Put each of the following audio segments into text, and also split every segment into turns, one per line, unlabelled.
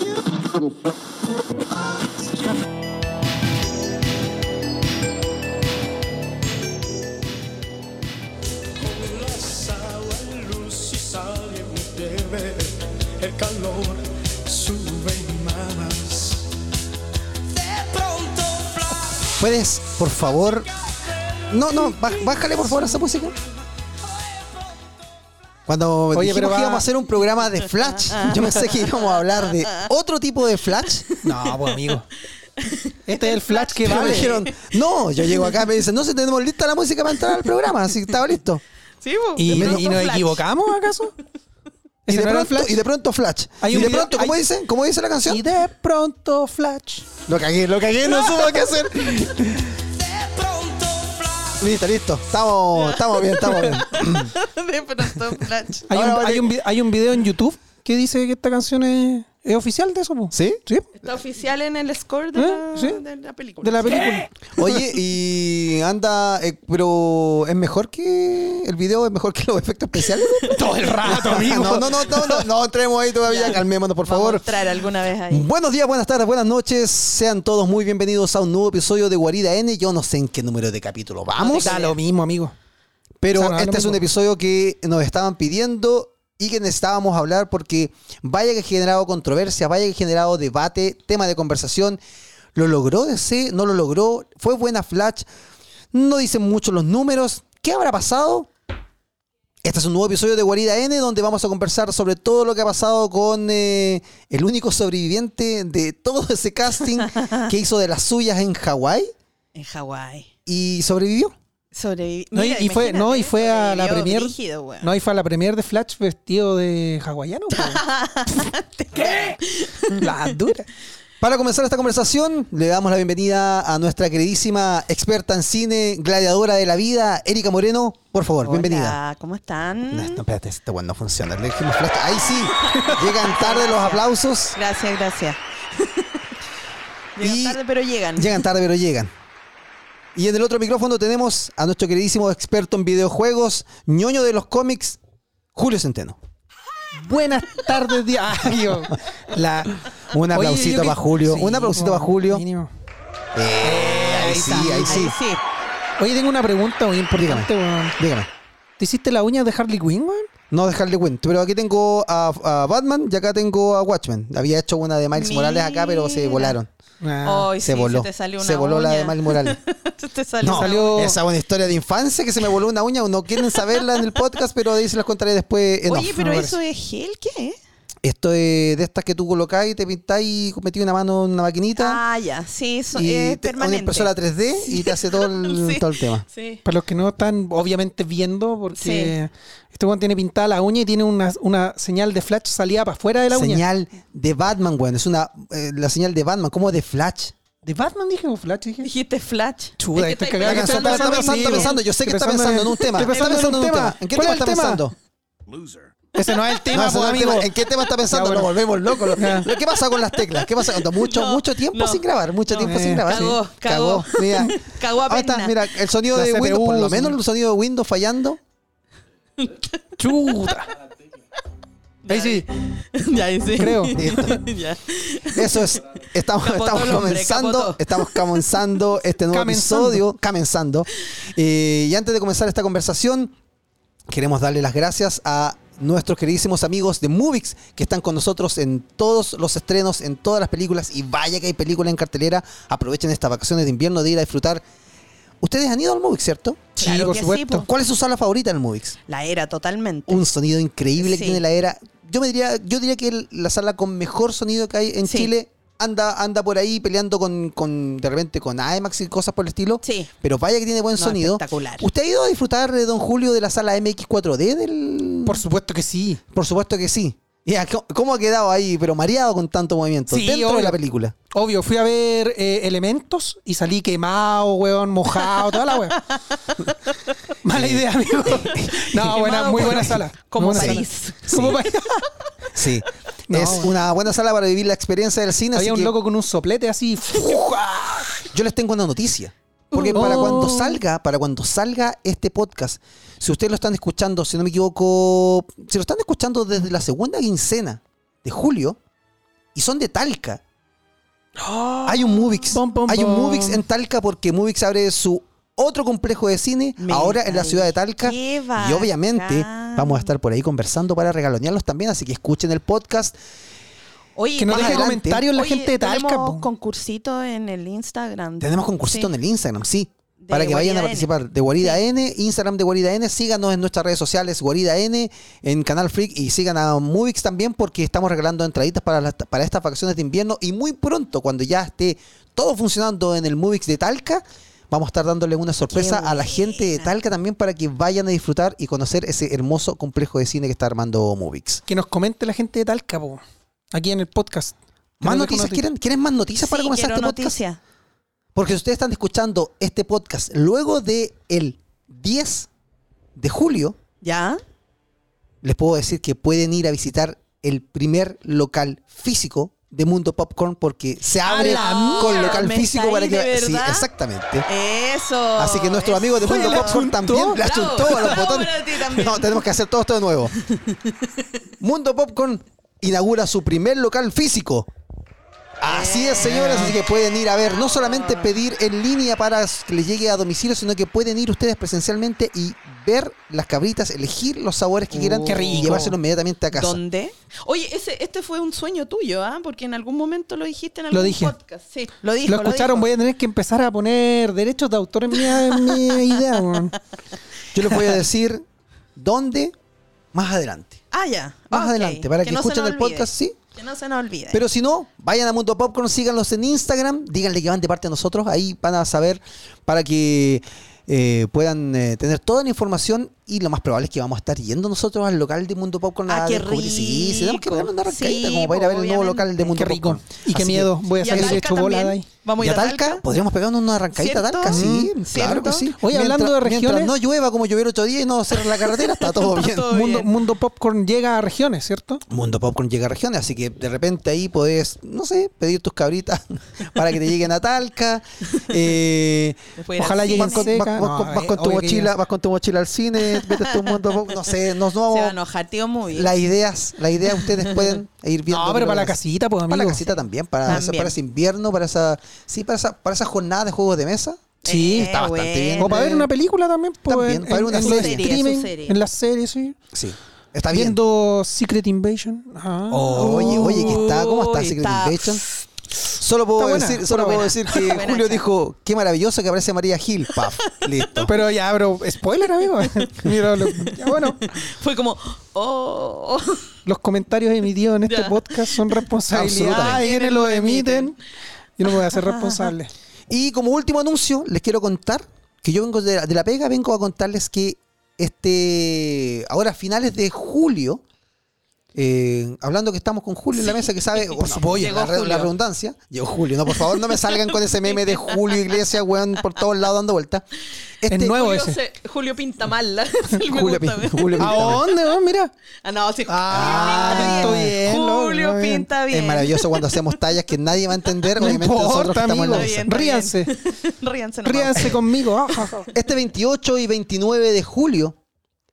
luego.
la luz si salimos de ver el calor sube más. De pronto flash
¿Puedes, por favor? No, no, bá- bájale por favor esa música. Cuando
Oye,
dijimos
pero
que
va- Ah.
íbamos a hacer un programa de Flash, yo pensé que íbamos a hablar de otro tipo de Flash. No, pues amigo.
Este es el flash que
Pero
vale.
me dijeron, no, yo llego acá y me dicen, no, si tenemos lista la música para entrar al programa, así que estaba listo.
Sí, po.
¿Y,
De pronto
y nos
flash.
equivocamos acaso?
Y
¿Ese
de,
no era el
pronto, y de pronto Flash.
Hay
y
un
de
video-
pronto, ¿cómo
hay-
dicen? ¿Cómo dice la canción?
Y de pronto flash.
Lo cagué, lo cagué, no supo qué hacer. Listo, listo. Estamos, estamos bien, estamos bien.
De pronto flash.
Hay,
Ahora
un,
vale.
hay, un, vi- hay un video en YouTube que dice que esta canción es, es oficial de eso, po.
¿Sí?
Sí,
Está oficial en el score de,
¿Eh?
la,
¿Sí?
de la película.
de la película.
Oye, y anda, eh, pero ¿es mejor que el video? ¿Es mejor que los efectos especiales?
Todo el rato, amigo.
No, no, no, no, no, no entremos ahí todavía, calmémonos, por
Vamos a
favor.
entrar alguna vez
Mm.
ahí.
Buenos días, buenas tardes, buenas noches. Sean todos muy bienvenidos a un nuevo episodio de Guarida N. Yo no sé en qué número de capítulo vamos,
Da lo mismo, amigo.
pero
O sea, no,
este
lo
es un
mismo.
episodio que nos estaban pidiendo y que necesitábamos hablar porque vaya que ha generado controversia, vaya que ha generado debate, tema de conversación. ¿Lo logró DC? ¿No lo logró? ¿Fue buena Flash? No dicen mucho los números. ¿Qué habrá pasado? Este es un nuevo episodio de Guarida N donde vamos a conversar sobre todo lo que ha pasado con eh, el único sobreviviente de todo ese casting que hizo de las suyas en Hawái
En Hawái.
y sobrevivió.
Sobreviví.
No, y-
Mira,
y, fue, no, y
imagínate,
fue a la
sobrevivió
premier.
brígido, weón.
no, y fue a la premier de Flash vestido de hawaiano. ¿Qué? La dura.
Para comenzar esta conversación, le damos la bienvenida a nuestra queridísima experta en cine, gladiadora de la vida, Erika Moreno. Por favor, bienvenida.
Hola, ¿cómo están?
No, no, espérate, este bueno no funciona. Le dijimos flash. Ahí sí, llegan tarde los aplausos.
Gracias, gracias. Llegan
Y-
tarde, pero llegan.
Llegan tarde, pero llegan. Y en el otro micrófono tenemos a nuestro queridísimo experto en videojuegos, ñoño de los cómics, Julio Centeno.
Buenas tardes, diario. La...
Un aplausito para Julio. un aplausito para Julio. Eh, ahí sí, ahí sí.
Ahí sí.
Oye, tengo una pregunta muy importante, weón.
Dígame.
¿Te hiciste la uña de Harley Quinn, weón?
No dejarle cuento. Pero aquí tengo a, a Batman y acá tengo a Watchmen. Había hecho una de Miles
Mira.
Morales acá, pero se volaron.
Ah,
Ay,
se
sí,
voló.
Se, te salió una
Se voló la de
uña.
Miles Morales.
Se te salió
No,
una
salió-
esa es una historia de infancia que se me voló una uña. No quieren saberla en el podcast, pero de ahí se las contaré después. en
Oye,
off,
pero
me
eso
parece.
es gel, ¿qué?
Esto es de estas que tú colocás y te pintás y metí una mano en una maquinita.
Ah, ya, sí, eso
y
es
te- una
permanente.
impresora 3D y te hace todo el,
Sí.
todo el tema.
Sí.
Para los que no están obviamente viendo, porque este weón tiene pintada la uña y tiene una, una señal de flash salida para afuera de la uña.
Señal de Batman, weón. Es una eh, la señal de Batman, como de Flash.
¿De Batman dije o flash? Dije.
Dijiste flash.
Chuda,
Es que
estoy
estáis
cagado.
Está
Estoy
pensando,
pensando
está pensando,
en
está
mí.
pensando. Yo sé que está pensando en un tema.
Estoy pensando en un tema.
¿En qué
¿Cuál
tema
es
está
el tema?
pensando?
Ese no es el tema, pues,
No,
po,
ese no es el
amigo.
tema. ¿En qué tema está pensando?
Ya, bueno.
Nos volvemos locos. Lo-
Ya.
¿Qué pasa con las teclas? ¿Qué pasa? Cuando Mucho,
No,
mucho tiempo
no.
sin grabar. Mucho
No.
tiempo sin
Eh,
grabar.
cagó,
Sí.
cagó.
Mira.
Cagó a
Ahí está,
pena.
mira, el sonido
La
de
CPU,
Windows, por lo menos
sí.
el sonido de Windows fallando.
Chuta. Ahí sí.
ya, ahí sí.
Creo.
ya.
Eso es. Estamos,
Capotó
estamos
el hombre,
comenzando.
capotó.
Estamos comenzando este nuevo
Comenzando.
episodio. Comenzando. Eh, y antes de comenzar esta conversación, queremos darle las gracias a nuestros queridísimos amigos de Movix que están con nosotros en todos los estrenos, en todas las películas. Y vaya que hay película en cartelera. Aprovechen estas vacaciones de invierno de ir a disfrutar. Ustedes han ido al Movix, ¿cierto?
Sí,
Claro
por
que sí,
supuesto.
po.
¿Cuál es su sala favorita del Movix?
La era totalmente.
Un sonido increíble
Sí.
que tiene la era. Yo me diría, yo diría que el- la sala con mejor sonido que hay en
Sí.
Chile anda, anda por ahí peleando con, con de repente con IMAX y cosas por el estilo.
Sí.
Pero vaya que tiene buen
No,
sonido.
espectacular.
¿Usted ha ido a disfrutar de Don Julio de la sala MX4D del
Por supuesto que sí.
Por supuesto que sí. Ya, ¿cómo- ¿Cómo ha quedado ahí, pero mareado con tanto movimiento?
Sí,
dentro de
obvio.
la película.
Obvio, fui a ver eh, Elementos y salí quemado, weón, mojado, toda la weón. Mala idea, amigo. No, buena, muy buena sala.
Como
Muy buena
país.
sala. Como país.
Sí.
No,
es
bueno.
una buena sala para vivir la experiencia del cine. así
Había un
que
loco con un soplete así.
Yo les tengo una noticia. Porque
Uh.
para cuando
Oh.
salga, para cuando salga este podcast, si ustedes lo están escuchando, si no me equivoco, si lo están escuchando desde la segunda quincena de julio y son de Talca,
Ah.
Hay un Movix.
Pom, pom,
Hay un
pom.
Movix en Talca porque Movix abre su otro complejo de cine
Me
ahora en la ciudad de Talca.
qué
Y obviamente
bacán.
vamos a estar por ahí conversando para regalonearlos también, así que escuchen el podcast.
Oye,
Que nos
más
deje
adelante-
comentarios la
oye,
gente de Talca.
Tenemos
po.
concursito en el Instagram.
Tenemos concursito
Sí.
en el Instagram, sí.
De
Para que vayan a
Guarida N.
participar de Guarida N, Instagram de Guarida N, síganos en nuestras redes sociales, Guarida N, en Canal Freak y sigan a Movix también porque estamos regalando entraditas para, las- para estas vacaciones de invierno y muy pronto, cuando ya esté todo funcionando en el Movix de Talca, vamos a estar dándole una sorpresa a la gente de
buena.
Talca también para que vayan a disfrutar y conocer ese hermoso complejo de cine que está armando Movix.
Que nos comente la gente de Talca, po. Aquí en el podcast. Que
¿Más
nos deje
noticias?
una noti-
¿Quieren, ¿Quieren más noticias para
Sí,
comenzar
quiero
este podcast?
noticia.
Porque si ustedes están escuchando este podcast luego de el 10 de julio,
¿Ya?
les puedo decir que pueden ir a visitar el primer local físico de Mundo Popcorn porque se abre
la
con
mierda!
local
¿Me
físico para que
estáis de
sí,
verdad?
exactamente.
Eso.
Así que nuestros amigos de
eso.
Mundo Popcorn también le
Bravo,
achuntó a los
bravo
botones.
para ti también.
No, tenemos que hacer todo esto de nuevo. Mundo Popcorn inaugura su primer local físico. Así es, señoras, así que pueden ir a ver, no solamente pedir en línea para que les llegue a domicilio, sino que pueden ir ustedes presencialmente y ver las cabritas, elegir los sabores que quieran
Uh, qué
y
rico.
llevárselos inmediatamente a casa.
¿Dónde? Oye, ese, este fue un sueño tuyo, ¿ah? Porque en algún momento lo dijiste en
Lo
algún
dije.
podcast. Sí, lo dije.
Lo escucharon, voy a tener que empezar a poner derechos de autor en mi, en mi idea, weón.
Yo les voy a decir dónde más adelante.
Ah, ya.
Más
Ok.
adelante, para que,
no se
escuchen
nos
el
olvide.
podcast, sí.
Que no se nos olvide.
Pero si no, vayan a Mundo Popcorn, síganlos en Instagram, díganle que van de parte de nosotros, ahí van a saber para que eh, puedan eh, tener toda la información y lo más probable es que vamos a estar yendo nosotros al local de Mundo Popcorn
Ah,
a
qué
descubrir. Sí, sí, tenemos que
rico.
pegarnos una arrancadita
Sí,
como para ir a ver el nuevo
obviamente.
local de Mundo
Qué rico.
Popcorn.
Y qué
Así
miedo. Voy a
Y a
salir
Talca
hecho bola de
también.
ahí.
Vamos a
y
ir
a Talca podríamos pegarnos una arrancadita a
¿Cierto?
Talca, sí,
Mm,
claro que
¿cierto?
sí.
Oye, hablando de regiones-
mientras no llueva como llovió el otro día y no cerrar la carretera, está todo
Está
bien.
todo
Mundo,
bien.
Mundo Popcorn llega a regiones, ¿cierto?
Mundo Popcorn llega a regiones, así que de repente ahí podés, no sé, pedir tus cabritas para que te lleguen a Talca. Eh,
Después ir
ojalá
al
lleguen
cine.
vas, con, vas-
seca.
vas con-
No,
vas con
eh,
tu
obvio que
mochila,
ya.
vas con tu mochila al cine, vete a tu Mundo Popcorn, no sé, nos
Se va a
vamos.
enojar, tío, muy bien.
Las ideas, las ideas ustedes pueden ir viendo.
No, pero para la
las-
casita, pues,
Para la
amigo.
casita también, para,
También.
esa- para ese invierno, para esa, sí, para esa, para esa jornada de juegos de mesa.
Sí,
Eh,
está bastante bien.
O para ver una película también, pues.
También,
en-
para ver una
en
serie.
los
Su serie,
streaming,
su serie.
en las series, sí.
Sí, está bien.
Viendo Secret Invasion. Ah.
Oye, oye, que está, ¿cómo está
Uy,
Secret
está-
Invasion? Solo puedo
Está buena,
decir, solo
está
puedo
buena.
decir que
Buena
Julio
esa.
dijo, qué maravilloso que aparece María Gil, paf, listo.
Pero ya, bro, spoiler, amigo. Mira, lo- ya, bueno,
Fue como, oh.
los comentarios emitidos en este
Ya.
podcast son responsabilidad
Absolutamente.
de quienes los emiten. Yo no me voy a ser responsable.
Y como último anuncio, les quiero contar que yo vengo de la, de la pega, vengo a contarles que este, ahora a finales de julio, eh, hablando que estamos con Julio en la mesa, que sabe, por supuesto,
Llegó
la, re- la
Julio.
redundancia, llegó Julio, no, por favor, no me salgan con ese meme de Julio Iglesias, weón, por todos lados dando vueltas.
Es nuevo
Julio,
ese.
se- Julio pinta mal.
Julio, Pin- Julio
¿A
Pintamar.
dónde, no? Mira.
Ah, no, sí.
Ah,
Julio
pinto bien, lo-
Julio
lo bien.
pinta bien.
Es maravilloso cuando hacemos tallas que nadie va a entender.
No
obviamente nosotros
importa,
que estamos en la
amigo.
Está
mesa.
bien, está
Ríanse.
bien. Ríanse nomás.
Ríanse conmigo. Ah, ah, ah.
Este 28 y 29 de julio,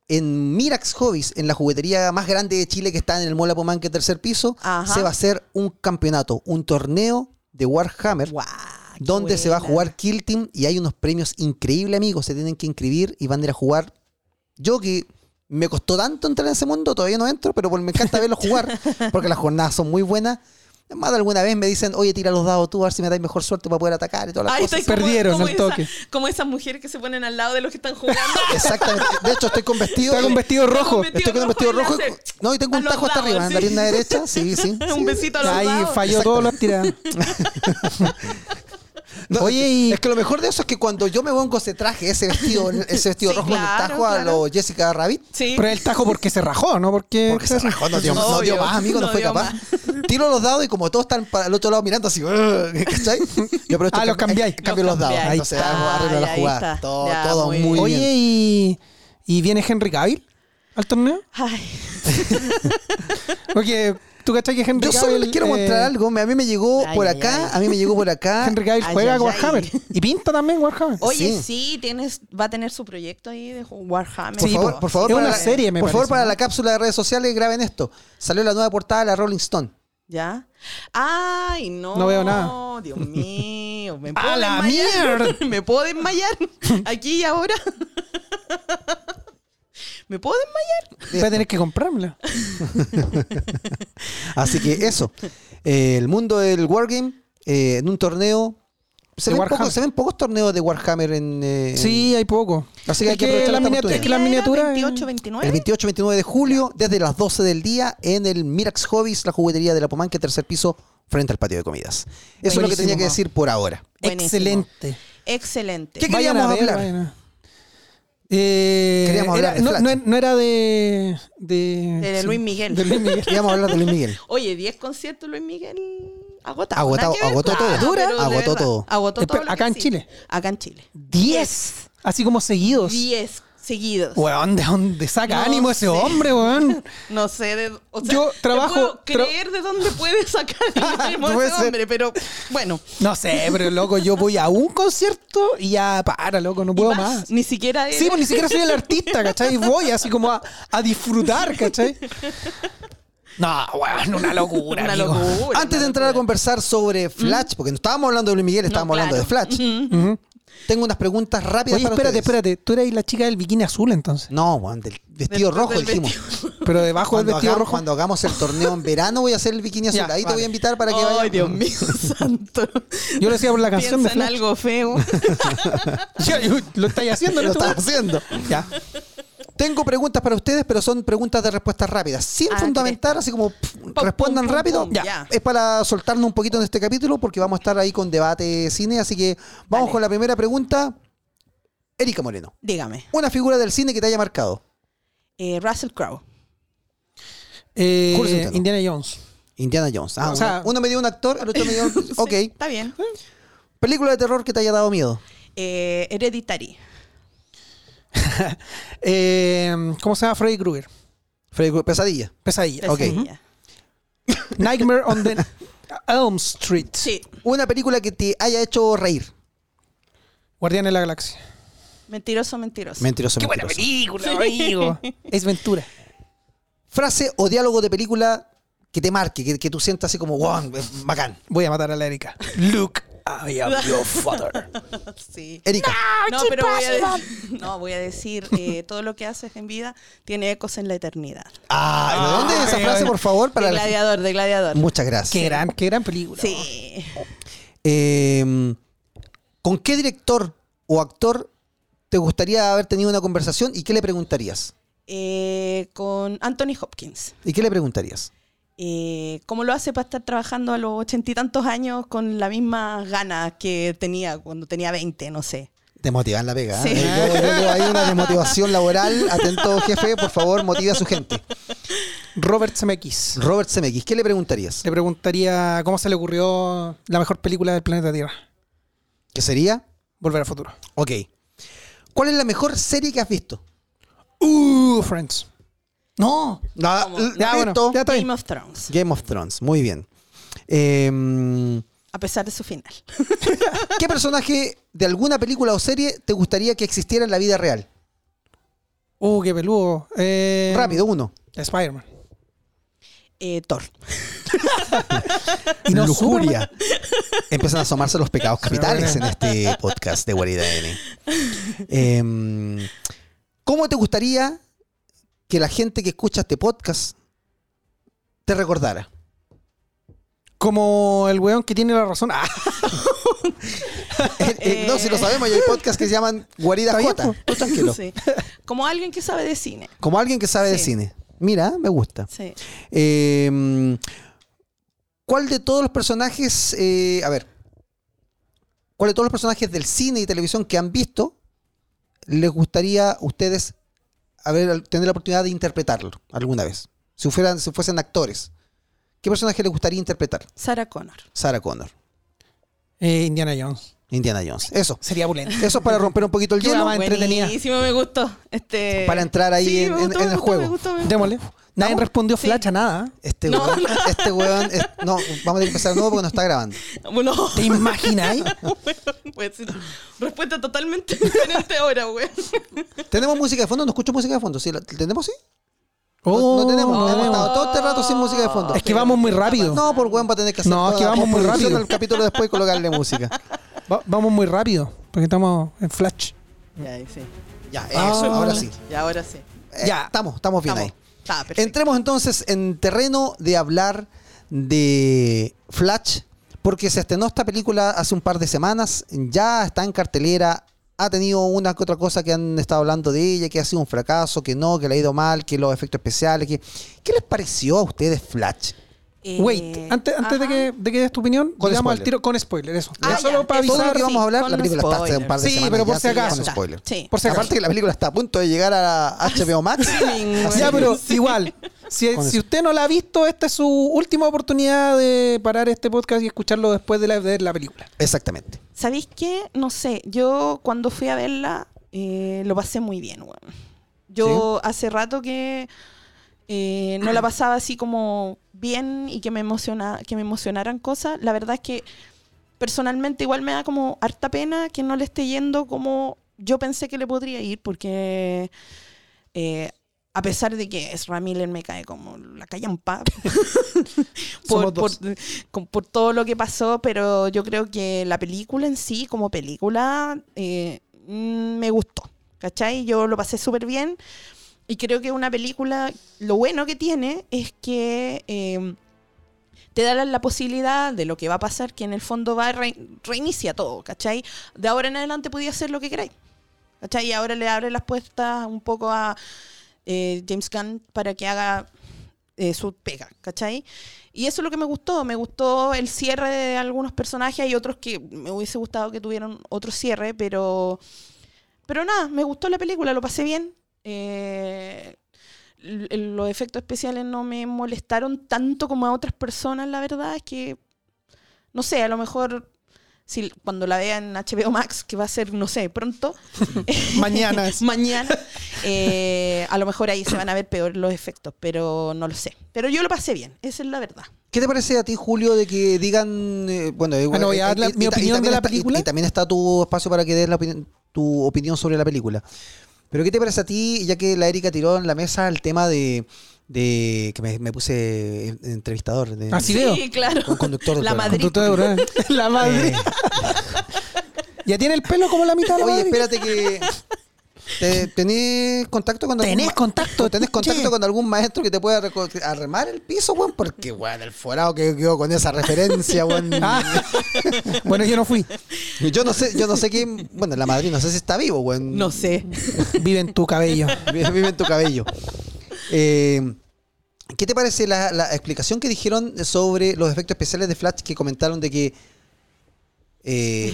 en Mirax Hobbies, en la juguetería más grande de Chile que está en el Mola Pomán, que es tercer piso,
Ajá.
se va a hacer un campeonato, un torneo de Warhammer.
Guau, Ah, qué
donde se va a
buena.
jugar Kill Team y hay unos premios increíbles, amigos. Se tienen que inscribir y van a ir a jugar. Yo que me costó tanto entrar en ese mundo, todavía no entro, pero por- me encanta verlos jugar, porque las jornadas son muy buenas. Más de alguna vez me dicen, oye, tira los dados tú, a ver si me dais mejor suerte para poder atacar y todas las
Ahí
cosas.
estoy como-
Perdieron
como
al
esa-
toque.
como esas mujeres que se ponen al lado de los que están jugando.
Exactamente. De hecho, estoy con vestido.
Está con vestido rojo.
vestido
Estoy con un vestido
rojo y
rojo.
le hace
y- No, y tengo
a
un
los
tajo hasta
dados,
arriba, en la
sí.
pierna derecha. Sí, sí.
un besito a los
Ahí
lados.
falló todo lo tirada.
No,
Oye, y-
es que lo mejor de eso es que cuando yo me pongo ese traje, ese vestido, ese vestido
Sí,
rojo en el
claro,
tajo a
claro.
lo Jessica Rabbit,
Sí.
Pero el tajo porque se rajó, ¿no? Porque,
Porque se rajó, no dio, no
Obvio,
dio más, amigo, no,
no
fue
dio
capaz. Tiro los dados y como todos están para el otro lado mirando así, ¿cachai? Yo aprovecho
Ah,
y
los
cambio-
cambiáis.
eh, Cambio
Los
los dados.
cambiáis.
Entonces hago-
Ah,
arreglo la
ya, ahí
jugada.
está.
Todo,
Ya,
todo
muy
muy
Oye,
bien.
y, y viene Henry Cavill al torneo.
Ay,
Porque tú cachai que Henry
Yo
Cavill.
solo les quiero
eh,
mostrar algo. ¿ah? me- A mí me llegó
Ay,
por
ay,
acá,
ay.
a mí me llegó por acá.
Henry Cavill
Ay,
juega
ay,
Warhammer.
ay.
Y pinta también Warhammer.
Oye,
Sí.
sí, tienes, va a tener su proyecto ahí de Warhammer.
Por
Sí,
favor,
po.
por favor,
Es
para
una
la-
serie, me
por favor,
parece,
para
¿no?
la cápsula de redes sociales, graben esto. Salió la nueva portada de la Rolling Stone.
¿Ya? ¡Ay, no!
No veo nada.
Dios mío. ¿Me
¡A la mierda!
¿Me puedo desmayar? Aquí y ahora. ¿Me puedo desmayar?
Voy a tener que comprarla.
eh, Así que eso. Eh, el mundo del Wargame, eh, en un torneo. Se
De
ven,
Warhammer.
pocos, se ven pocos torneos de Warhammer en. eh,
Sí, hay poco.
Así que hay
Es
que aprovechar
la eh?
esta
miniatu-
oportunidad.
es que las
¿Era
miniaturas.
28,
El
29.
28-29 de julio, desde las 12 del día, en el Mirax Hobbies, la juguetería de la Pomanca, tercer piso, frente al patio de comidas. Eso es lo que
Buenísimo,
tenía que
ma.
decir por ahora.
Buenísimo.
Excelente.
Excelente.
¿Qué queríamos
Vayan a ver,
hablar?
vayan a- Eh,
Queríamos
era-
hablar de
no-
Flash.
no, no era de. De,
De Luis Miguel.
de Luis Miguel.
Íbamos a hablar de Luis Miguel.
Oye, 10 conciertos Luis Miguel agotado.
Agotado,
nada que ver.
agotó
Ah,
todo.
pero de
Agotó
verdad,
todo.
Agotó
Espe-
todo. lo
acá
que
en
sí.
Chile.
Acá en Chile.
10. Así como seguidos.
10 seguidos.
Weón, ¿de dónde saca
No
ánimo ese
sé.
hombre, weón?
No sé de o sea,
Yo
te
trabajo-
puedo
tra-
creer de dónde puede sacar el ánimo
Puede
ese
ser.
hombre, pero bueno.
No sé, pero loco, yo voy a un concierto y ya para, loco, no
y
puedo
más,
más.
Ni siquiera él.
Sí, pues ni siquiera soy el artista, ¿cachai? Voy así como a, a disfrutar, ¿cachai? No, weón, una locura.
Una
amigo.
locura.
Antes de entrar a conversar
Mm.
sobre Flash, porque no estábamos hablando de Luis Miguel, estábamos
claro.
hablando de Flash.
Ujú.
Tengo unas preguntas
Mm-hmm.
rápidas
Oye,
para
espérate,
ustedes.
espérate. Tú eras la chica del bikini azul entonces.
No, Juan, del vestido
Del-
rojo
del
dijimos.
Pero debajo del
Cuando,
vestido
hagamos,
rojo.
cuando hagamos el torneo en verano voy a hacer el bikini azul.
Ya,
Ahí te
vale.
voy a invitar para que
Ay,
vayas.
Dios mío, santo.
Yo lo decía por la canción
Piensa
de Flash.
en algo feo.
Ya, yo- lo estáis haciendo,
Lo
¿no?
estás haciendo.
Ya.
Tengo preguntas para ustedes, pero son preguntas de respuestas rápidas, sin
Ah,
fundamentar, así como pff,
pum,
respondan
pum,
rápido.
pum, ya.
Es para soltarnos un poquito en este capítulo porque vamos a estar ahí con debate cine, así que vamos
Dale.
con la primera pregunta. Erika Moreno,
Dígame.
una figura del cine que te haya marcado.
Eh, Russell Crowe.
Eh,
Julio Centeno.
Indiana Jones.
Indiana Jones. Ah,
O sea-
uno, uno me dio un actor, el otro me dio...
Sí,
Ok. Eh.
Está bien.
Película de terror que te haya dado miedo.
Eh, Hereditary.
Eh, ¿Cómo se llama Freddy Krueger?
Freddy Krueger, Pesadilla.
Pesadilla.
Ok.
Pesadilla.
Nightmare on the Elm Street.
Sí.
Una película que te haya hecho reír.
Guardián de la Galaxia.
Mentiroso, mentiroso.
Mentiroso, mentiroso.
película, amigo. Es Ventura.
Frase o diálogo de película que te marque, que, que tú sientas así como, wow, bacán.
Voy a matar a la Erika. Luke, I am your father.
sí.
Erika.
No, pero voy a, decir- no, voy a decir, eh, todo lo que haces en vida tiene ecos en la eternidad.
Ah, ¿de dónde es esa
Ah,
frase,
eh,
por favor? Para
de
la-
gladiador, de gladiador.
Muchas gracias.
Qué gran, qué gran película.
Sí.
Eh, ¿Con qué director o actor te gustaría haber tenido una conversación y qué le preguntarías?
Eh, con Anthony Hopkins.
¿Y qué le preguntarías?
Eh, ¿Cómo lo hace para estar trabajando a los ochenta y tantos años con la misma gana que tenía cuando tenía 20? No sé.
Desmotivan la pega. ¿eh?
Sí.
Yo, yo veo ahí una desmotivación laboral. Atento, jefe, por favor, motive a su gente.
Robert Zemeckis.
Robert Zemeckis, ¿qué le preguntarías?
Le preguntaría cómo se le ocurrió la mejor película del planeta Tierra.
¿Qué sería?
Volver al futuro.
Ok. ¿Cuál es la mejor serie que has visto?
Uh, Friends. No.
Ah,
¿Cómo?
Ya, bueno,
listo.
ya está bien.
Game of Thrones,
Game of Thrones, muy bien. Eh,
a pesar de su final.
¿Qué personaje de alguna película o serie te gustaría que existiera en la vida real?
Uh, qué peludo. Eh,
Rápido, uno.
Spider-Man.
Eh, Thor.
Y no
Lujuria. Empiezan a asomarse los pecados capitales en este podcast de Guarida N. Em, ¿Cómo te gustaría que la gente que escucha este podcast te recordara?
Como el weón que tiene la razón. Ah,
Eh, eh, no, si lo sabemos, y hay podcasts que se llaman Guarida
Está bien,
J.
pues.
Tú tranquilo.
Sí. Como alguien que sabe de cine.
Como alguien que sabe de
Sí.
cine. Mira, me gusta.
Sí.
Eh, ¿Cuál de todos los personajes, eh, a ver, cuál de todos los personajes del cine y televisión que han visto les gustaría a ustedes haber- tener la oportunidad de interpretarlo alguna vez? Si fueran, si fuesen actores, ¿qué personaje les gustaría interpretar?
Sarah Connor.
Sarah Connor,
eh, Indiana Jones.
Indiana Jones. Eso.
Sería pulento.
Eso es para romper un poquito el
Qué
hielo.
guapa. entretenida.
Buenísimo, me gustó. Este...
Para entrar ahí en-
me
en- en el
me
juego.
me gustó, me gustó.
Démosle. Nadie respondió
Sí.
flash a nada. ¿eh?
Este
No.
weón, este weón, es- no, vamos a tener que empezar de nuevo porque no está grabando.
Bueno,
¿Te imagináis?
pues, respuesta totalmente diferente ahora, güey.
¿Tenemos música de fondo? ¿No escucho música de fondo? ¿Sí? ¿La, ¿Tenemos sí?
Oh,
no, no tenemos,
no
hemos
tenemos.
estado todo este rato sin música de fondo.
Es que vamos muy rápido.
No, por weón va a tener que hacer
No, es
toda
que
la
vamos muy
postproducción
rápido.
del capítulo después y colocarle música.
Va- vamos muy rápido, porque estamos en flash.
Ya, ahí sí.
Ya, eso,
Ah.
ahora sí.
Ya, ahora sí.
Eh,
Ya.
Estamos, estamos bien
Estamos.
ahí.
Está, perfecto.
Entremos entonces en terreno de hablar de Flash, porque se estrenó esta película hace un par de semanas, ya está en cartelera, ha tenido una que otra cosa que han estado hablando de ella, que ha sido un fracaso, que no, que le ha ido mal, que los efectos especiales, que... ¿Qué les pareció a ustedes Flash?
Eh,
Wait, antes, antes de,
ajá.
que, de que des tu opinión,
Con
digamos
spoiler.
al tiro con spoiler, eso.
Ah,
Ya solo
ya,
para
eso
Todo lo
avisar.
que vamos a hablar,
con
la película está hace un par
spoilers.
de
Sí,
semanas.
pero por
ya,
si
sí, ya
acaso.
con spoiler.
Sí.
Por si acaso.
Aparte que la película está a punto de llegar a HBO Max. Así
Ya,
que-
pero igual, si,
Con
si
eso.
usted no la ha visto, esta es su última oportunidad de parar este podcast y escucharlo después de, la, de ver la película.
Exactamente.
¿Sabéis qué? No sé, yo cuando fui a verla eh, lo pasé muy bien, weón. Yo hace rato que eh, no la pasaba así como bien y que me, emociona, que me emocionaran cosas. La verdad es que personalmente igual me da como harta pena que no le esté yendo como yo pensé que le podría ir porque... eh, a pesar de que Ezra Miller me cae como la callampa por,
Somos dos.
por- con- por todo lo que pasó, pero yo creo que la película en sí, como película, eh, mm, me gustó. ¿Cachai? Yo lo pasé súper bien y creo que una película, lo bueno que tiene es que eh, te da la, la posibilidad de lo que va a pasar, que en el fondo va a re- reinicia todo, ¿cachai? De ahora en adelante podía hacer lo que queráis. ¿Cachai? Y ahora le abre las puertas un poco a eh, James Gunn para que haga eh, su pega, ¿cachai? Y eso es lo que me gustó. Me gustó el cierre de algunos personajes. Hay otros que me hubiese gustado que tuvieran otro cierre, pero. Pero nada, me gustó la película, lo pasé bien. Eh, l- los efectos especiales no me molestaron tanto como a otras personas, la verdad. Es que. No sé, a lo mejor. Si, cuando la vean en HBO Max, que va a ser, no sé, pronto,
Mañana es.
mañana. eh, a lo mejor ahí se van a ver peor los efectos, pero no lo sé. Pero yo lo pasé bien, esa es la verdad.
¿Qué te parece a ti, Julio, de que digan, eh, bueno, igual-
Ah, no, voy a dar la- mi
ta-
opinión
también
de la
está- y-
película.
Y, también está tu espacio para que des la opinión- tu opinión sobre la película. Pero ¿qué te parece a ti, ya que la Erika tiró en la mesa el tema de, de que me, me puse en- entrevistador? De,
Ah, Sí, veo.
claro.
Con conductor del
la
programa.
Madrid.
Conductor de Uruguay. la madre.
Eh,
Ya tiene el pelo como la mitad de la
oye,
madre.
espérate que... te- ¿Tenés contacto con algún
Tenés
ma-
contacto,
¿Tenés contacto
che.
con algún maestro que te pueda reco- arremar el piso, weón? Porque, weón, el forado que quedó con esa referencia, weón.
Ah, bueno, yo no fui.
Yo no sé, yo no sé quién. Bueno, la Madrid no sé si está vivo, güey.
No sé.
Vive en tu cabello.
Vive vive en tu cabello. Eh, ¿Qué te parece la, la explicación que dijeron sobre los efectos especiales de Flash que comentaron de que eh,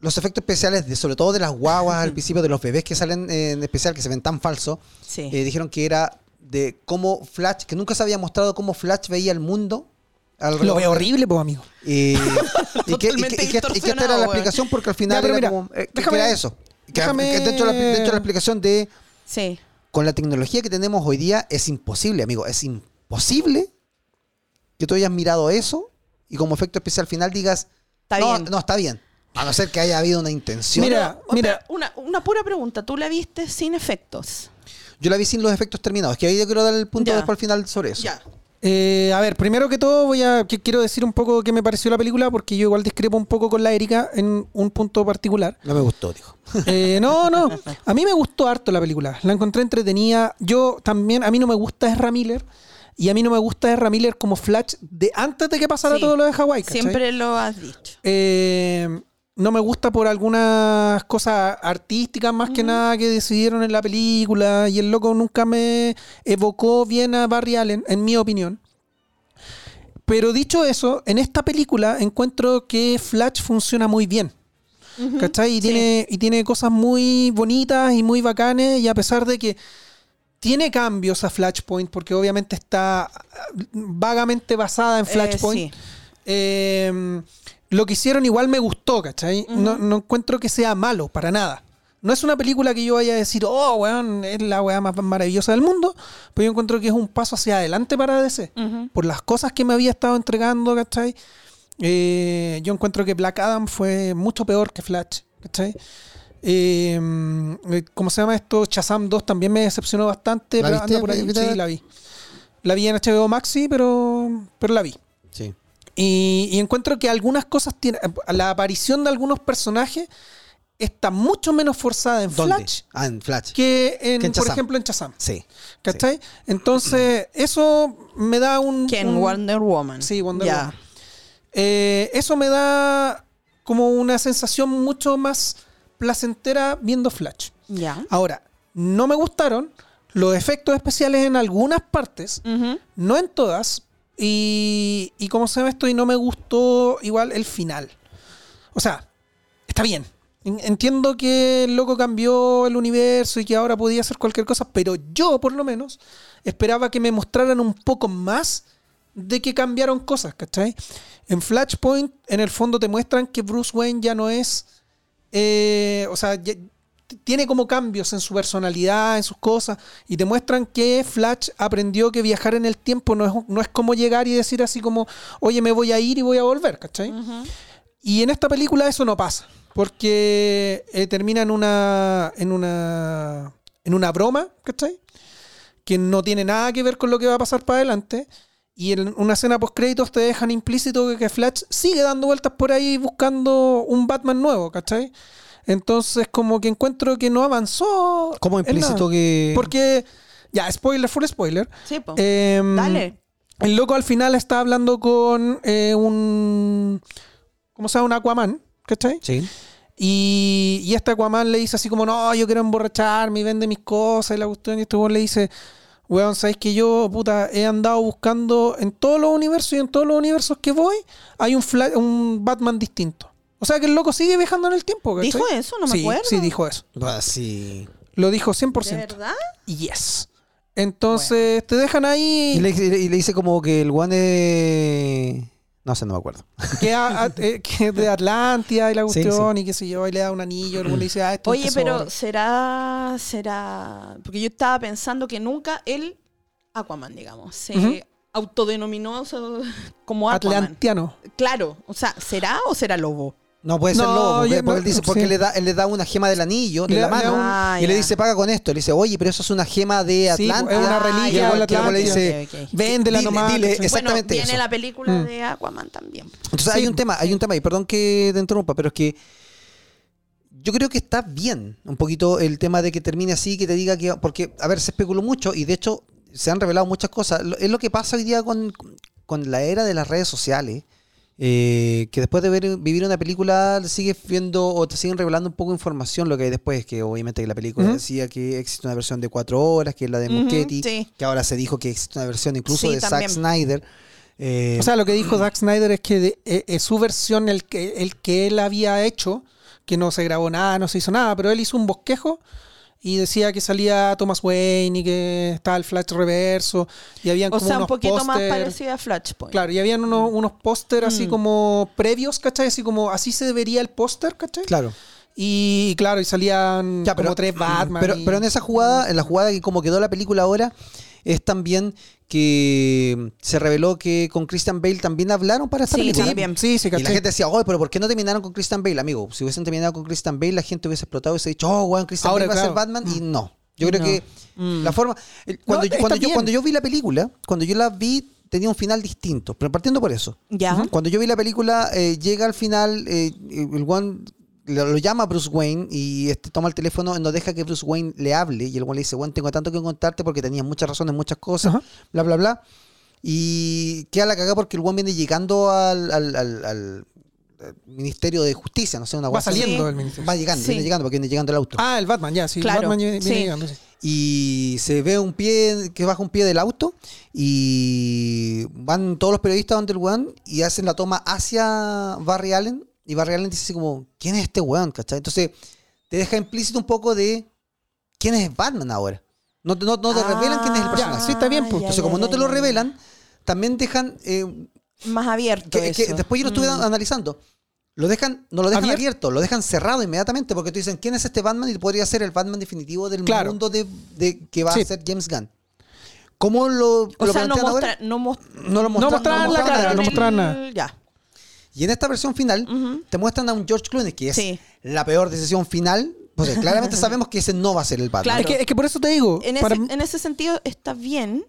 los efectos especiales, de, sobre todo de las guaguas al principio, de los bebés que salen eh, en especial, que se ven tan falsos,
Sí.
eh, dijeron que era de cómo Flash, que nunca se había mostrado cómo Flash veía el mundo.
Lo
alrededor
veo
de-
horrible, pues, amigo.
y, y que, y que- y
Totalmente
que- y que esta era
distorsionado,
la
weón.
explicación porque al
Ya,
final
pero
era,
mira,
como, eh, que
déjame-
era eso. Que-
déjame-
que dentro, de la, dentro de la explicación de
Sí.
con la tecnología que tenemos hoy día es imposible, amigo. Es imposible que tú hayas mirado eso y como efecto especial final digas
Está
no,
bien.
no, está bien. A no ser que haya habido una intención.
Mira,
O sea,
mira.
Una, una pura pregunta. ¿Tú la viste sin efectos?
Yo la vi sin los efectos terminados. Que ahí yo quiero dar el punto
Ya.
después al final sobre eso.
Ya.
Eh, a ver, primero que todo voy a que quiero decir un poco qué me pareció la película porque yo igual discrepo un poco con la Erika en un punto particular.
No me gustó, dijo.
Eh, no, no. A mí me gustó harto la película. La encontré entretenida. Yo también, a mí no me gusta Ezra Miller. Y a mí no me gusta Ezra Miller como Flash de antes de que pasara
Sí.
todo lo de Hawái. ¿cachai?
Siempre lo has dicho.
Eh, no me gusta por algunas cosas artísticas más que nada que decidieron en la película. Y el loco nunca me evocó bien a Barry Allen, en mi opinión. Pero dicho eso, en esta película encuentro que Flash funciona muy bien. ¿Cachai? Y, tiene, y tiene cosas muy bonitas y muy bacanes. Y a pesar de que tiene cambios a Flashpoint, porque obviamente está ah, vagamente basada en
Eh,
Flashpoint.
sí.
eh, lo que hicieron igual me gustó, ¿cachai? no, no encuentro que sea malo, para nada. No es una película que yo vaya a decir, oh, weón, es la weá más maravillosa del mundo, pero yo encuentro que es un paso hacia adelante para DC,
Ujú.
por las cosas que me había estado entregando, ¿cachai? Eh, yo encuentro que Black Adam fue mucho peor que Flash, ¿cachai? Eh, ¿Cómo se llama esto? Shazam 2 también me decepcionó bastante,
¿La
pero
viste?
anda por ahí.
¿Viste?
Sí, la vi. La vi en HBO Max, sí, pero, pero la vi.
Sí.
Y, y encuentro que algunas cosas tienen. La aparición de algunos personajes está mucho menos forzada en
¿Dónde?
Flash
Ah, en Flash.
que, en,
Que en
por
Shazam.
ejemplo, en Shazam.
Sí.
¿Cachai? Entonces, eso me da un.
Que en
un-
Wonder Woman.
Mm. Sí, Wonder
Ya.
Woman. Eh, eso me da como una sensación mucho más placentera viendo Flash.
Ya.
Ahora, no me gustaron los efectos especiales en algunas partes,
Ujú.
no en todas. Y, y como se llama esto, y no me gustó igual el final. O sea, está bien. En- Entiendo que el loco cambió el universo y que ahora podía hacer cualquier cosa, pero yo, por lo menos, esperaba que me mostraran un poco más de que cambiaron cosas, ¿cachai? En Flashpoint, en el fondo, te muestran que Bruce Wayne ya no es. eh, o sea, ya- t- tiene como cambios en su personalidad, en sus cosas, y te muestran que Flash aprendió que viajar en el tiempo no es, no es como llegar y decir así como, oye, me voy a ir y voy a volver, ¿cachai? Y en esta película eso no pasa. Porque eh, termina en una. en una. en una broma, ¿cachai? Que no tiene nada que ver con lo que va a pasar para adelante. Y en una escena post créditos te dejan implícito que- que Flash sigue dando vueltas por ahí buscando un Batman nuevo, ¿cachai? Entonces, como que encuentro que no avanzó.
Como
en
implícito
nada.
que.
Porque. Ya, spoiler, full spoiler.
Sí, po.
Em,
Dale.
el loco al final está hablando con eh, un. ¿Cómo se llama? Un Aquaman, ¿cachai?
Sí.
Y, y este Aquaman le dice así como: No, yo quiero emborracharme y vende mis cosas y la cuestión. Y este weón le dice: Weón, ¿sabes que yo, puta, he andado buscando en todos los universos y en todos los universos que voy hay un, Fla- un Batman distinto? O sea que el loco sigue viajando en el tiempo, ¿cachai?
¿Dijo eso? No me
Sí,
acuerdo.
Sí, dijo eso.
Ah, sí.
Lo dijo
¿De
100%.
verdad?
Yes. Entonces te dejan ahí.
Y le, y le dice como que el guane. No sé, no me acuerdo.
que, a- a- eh, que es de Atlántida y la
Sí,
cuestión y qué sé yo, y le da un anillo, y luego le dice, ah, esto es un
Oye, pero
tesoro.
será, será, porque yo estaba pensando que nunca el Aquaman, digamos, se
Ujú.
autodenominó o sea, como Aquaman.
Atlantiano.
Claro, o sea, ¿será o será lobo?
No puede ser
No,
lobo, porque,
yo
porque
no-
él dice, porque
sí.
le da, él le da una gema del anillo, de
Le-
la
le
mano,
da un-
y le
Ah,
dice, paga con esto. Le dice, oye, pero eso es una gema de
Sí, es
Atlántida.
una
Ah,
reliquia
ya,
de la
ok,
Atlántida.
Atlántida.
Le dice,
ok, ok, ok.
Véndela
Dile,
nomás.
dile,
¿cachai?
es- exactamente
bueno, viene
eso.
la película
Mm.
de Aquaman también.
Entonces hay
Sí.
un tema, hay un tema, y perdón que te interrumpa, pero es que yo creo que está bien un poquito el tema de que termine así, que te diga que, porque, a ver, se especuló mucho y de hecho se han revelado muchas cosas. Lo- Es lo que pasa hoy día con, con la era de las redes sociales, eh, que después de ver, vivir una película sigues viendo o te siguen revelando un poco de información, lo que hay después, que obviamente que la película
Ujú.
decía que existe una versión de cuatro horas, que es la de
Ujú,
Muschetti,
sí.
que ahora se dijo que existe una versión incluso
Sí,
de
también.
Zack Snyder. eh,
O sea, lo que dijo Zack Snyder es que de- eh, eh, su versión, el que, el que él había hecho, que no se grabó nada, no se hizo nada, pero él hizo un bosquejo y decía que salía Thomas Wayne y que estaba el Flash reverso y habían
O
como
sea, un
unos
poquito más
póster.
parecida a Flashpoint.
Claro, y habían uno- unos póster así
Mm.
como previos, ¿cachai? Así como así se debería el póster, ¿cachai?
claro.
Y claro, y salían
Ya, pero- mm,
como tres Batman.
Pero,
y-
pero en esa jugada, en la jugada que como quedó la película ahora, es también que se reveló que con Christian Bale también hablaron para esta
Sí,
película.
también.
Sí, sí,
Y la
¿cachai?
gente decía, oye, pero ¿por qué no terminaron con Christian Bale, amigo? Si hubiesen terminado con Christian Bale, la gente hubiese explotado y hubiese dicho, oh, weón, Christian
Ahora,
Bale va a ser
claro. Mm.
Batman. Y no. Yo creo
No.
que la forma... el- Cuando,
está
yo, cuando, yo,
bien.
cuando yo vi la película, cuando yo la vi, tenía un final distinto. Pero partiendo por eso.
Ya.
Ujú. Cuando yo vi la película, eh, llega al final, eh, el one lo, lo llama a Bruce Wayne y este, toma el teléfono, no deja que Bruce Wayne le hable y el one le dice, Wayne, tengo tanto que contarte porque tenías muchas razones, muchas cosas,
Ajá.
bla, bla, bla. Y queda la cagada porque el one viene llegando al, al- al- al- al Ministerio de Justicia, no sé, una
Va
guasa-
saliendo
Sí.
el ministerio.
Va llegando,
Sí.
viene llegando porque viene llegando el auto.
Ah, el Batman, ya, sí. el
Claro,
Batman viene
sí.
llegando, sí.
Y se ve un pie, que baja un pie del auto y van todos los periodistas donde el weón y hacen la toma hacia Barry Allen y Barry Allen dice así como, ¿quién es este weón? ¿Cachai? Entonces te deja implícito un poco de quién es Batman ahora. No, te- no- no te revelan quién es el
Ah,
personaje.
sí, está bien, pues.
ya,
Entonces
ya,
como no
ya,
te lo
ya, ya.
revelan, también dejan... eh,
Más abierto.
que- que
eso.
después yo lo estuve
Mm.
analizando. Lo dejan, no lo dejan
Abier-
abierto. lo dejan cerrado inmediatamente porque tú dicen quién es este Batman y podría ser el Batman definitivo del
Claro.
mundo de, de- que va
Sí.
a ser James Gunn. ¿Cómo lo,
O
lo
sea, no
plantean ahora?
mostra, no mos-
No lo mostra- no
mostraban la
mostraban
cara,
nada.
no
el-
mostraban nada.
Ya.
Y en esta versión final
Ujú.
te muestran a un George Clooney que es
Sí.
la peor decisión final. Entonces, claramente sabemos que ese no va a ser el Batman.
Claro.
Es, que, es que por eso te digo.
En ese,
para-
en ese sentido está bien,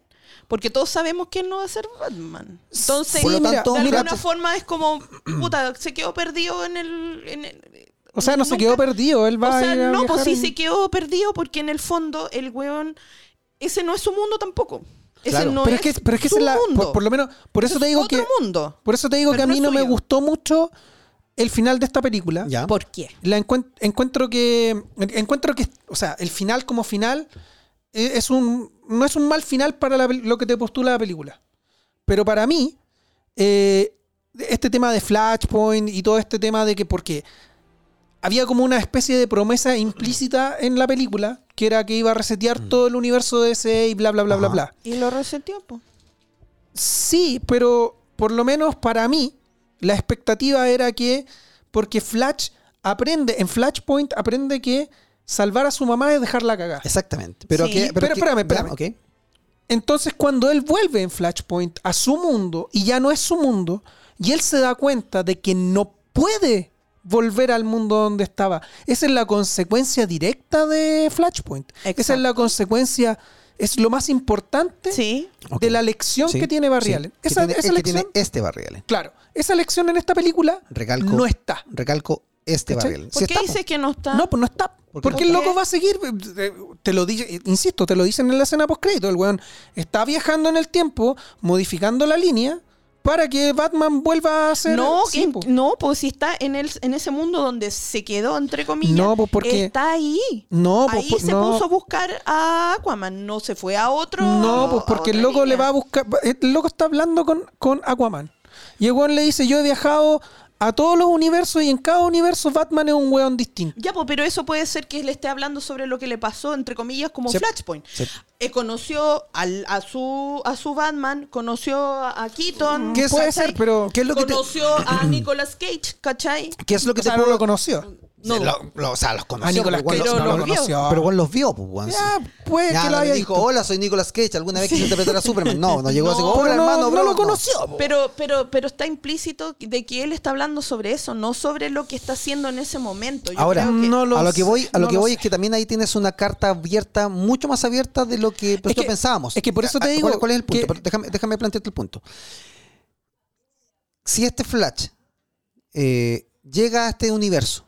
porque todos sabemos que él no va a ser Batman. Entonces,
Por lo
mira,
tanto,
de
mira,
alguna
pues-
forma es como, puta, se quedó perdido en el... en el-
o sea, no se
nunca-
quedó perdido. Él va
O
a
sea,
ir a
no, pues
viajar
sí
en-
se quedó perdido porque en el fondo el weón, ese no es su mundo tampoco. Ese
Claro.
no
pero
es,
es que, pero es que
su
esa es la-
mundo.
por, por lo menos, por eso
Es
te digo
otro
que,
mundo.
por eso te digo
pero
que a
no
mí
es
no me
suyo.
gustó mucho el final de esta película.
¿Ya?
¿Por qué?
La encuen- encuentro que, encuentro que, o sea, el final como final eh, es un, no es un mal final para la pel- lo que te postula la película. Pero para mí, eh, este tema de Flashpoint y todo este tema de que, porque había como una especie de promesa implícita en la película, que era que iba a resetear todo el universo de ese y bla, bla, bla, bla,
Ajá.
bla.
Y lo resentió, pues.
Sí, pero por lo menos para mí, la expectativa era que. Porque Flash aprende, en Flashpoint aprende que salvar a su mamá es dejarla cagar.
Exactamente. Pero,
Sí,
que-
pero
que-
espérame,
ya,
espérame.
ok.
Entonces, cuando él vuelve en Flashpoint a su mundo y ya no es su mundo, y él se da cuenta de que no puede volver al mundo donde estaba. Esa es la consecuencia directa de Flashpoint. Esa es
Exacto.
la consecuencia, es lo más importante
Sí.
Ok.
de la lección
Sí,
que tiene Barry
sí.
Allen.
Que
Esa,
tiene-
esa
es que
lección
tiene este Barry Allen.
Claro, esa lección en esta película
Recalco.
no está.
Recalco este
¿Cachai?
Barry Allen.
¿Por
Sí
qué
está, po.
dice que no está?
No, pues no está.
¿Por qué
Porque
no
el
está?
loco va a seguir, eh, te lo dice, insisto, te lo dicen en la escena postcrédito, el weón está viajando en el tiempo, modificando la línea para que Batman vuelva a ser
No,
Sí,
que-
po.
no, pues si está en, el, en ese mundo donde se quedó, entre comillas,
No, pues, porque-
está ahí.
No, pues,
ahí
po-
se
no.
puso a buscar a Aquaman, no se fue a otro.
No, pues
a
porque el
otra
loco le
línea.
va a buscar. El loco está hablando con, con Aquaman. Y el weón le dice: Yo he viajado a todos los universos y en cada universo Batman es un weón distinto.
Ya, pues, pero eso puede ser que él esté hablando sobre lo que le pasó, entre comillas, como
Sí.
Flashpoint.
Sí.
Eh, conoció al- a, su, a su Batman, conoció a a Keaton.
¿Qué puede
¿cachai?
ser? Pero.
¿Qué es lo que te-
conoció a Nicolas Cage, ¿cachai?
¿Qué es lo que
o sea,
te
no
puedo-
lo conoció.
No.
Lo- lo- o sea, los
A
conoció.
Nicolas
pero
Cage
Cage
igual
no
pues, no
lo
lo
vio.
conoció.
Pero igual los vio, pues, weón.
Ya, pues
Ya,
que lo
no le
haya
dijo,
visto.
hola, soy Nicolas Cage. ¿Alguna vez quise interpretar a Superman? No, no llegó así como,
No,
hola,
pero no-
hermano,
no
bro,
lo conoció.
Pero, pero, pero está implícito de que él está hablando sobre eso, no sobre lo que está haciendo en ese momento. Yo
Ahora,
creo que-
no lo
a lo que
sé,
voy, a lo
no
que
lo
voy
sé.
es que también ahí tienes una carta abierta, mucho más abierta de lo que nosotros
que-
pensábamos.
es que por eso te
Ah, ¿cuál-
digo
¿Cuál es el punto?
que-
Pero Déjame, déjame plantearte el punto. Si este Flash eh, llega a este universo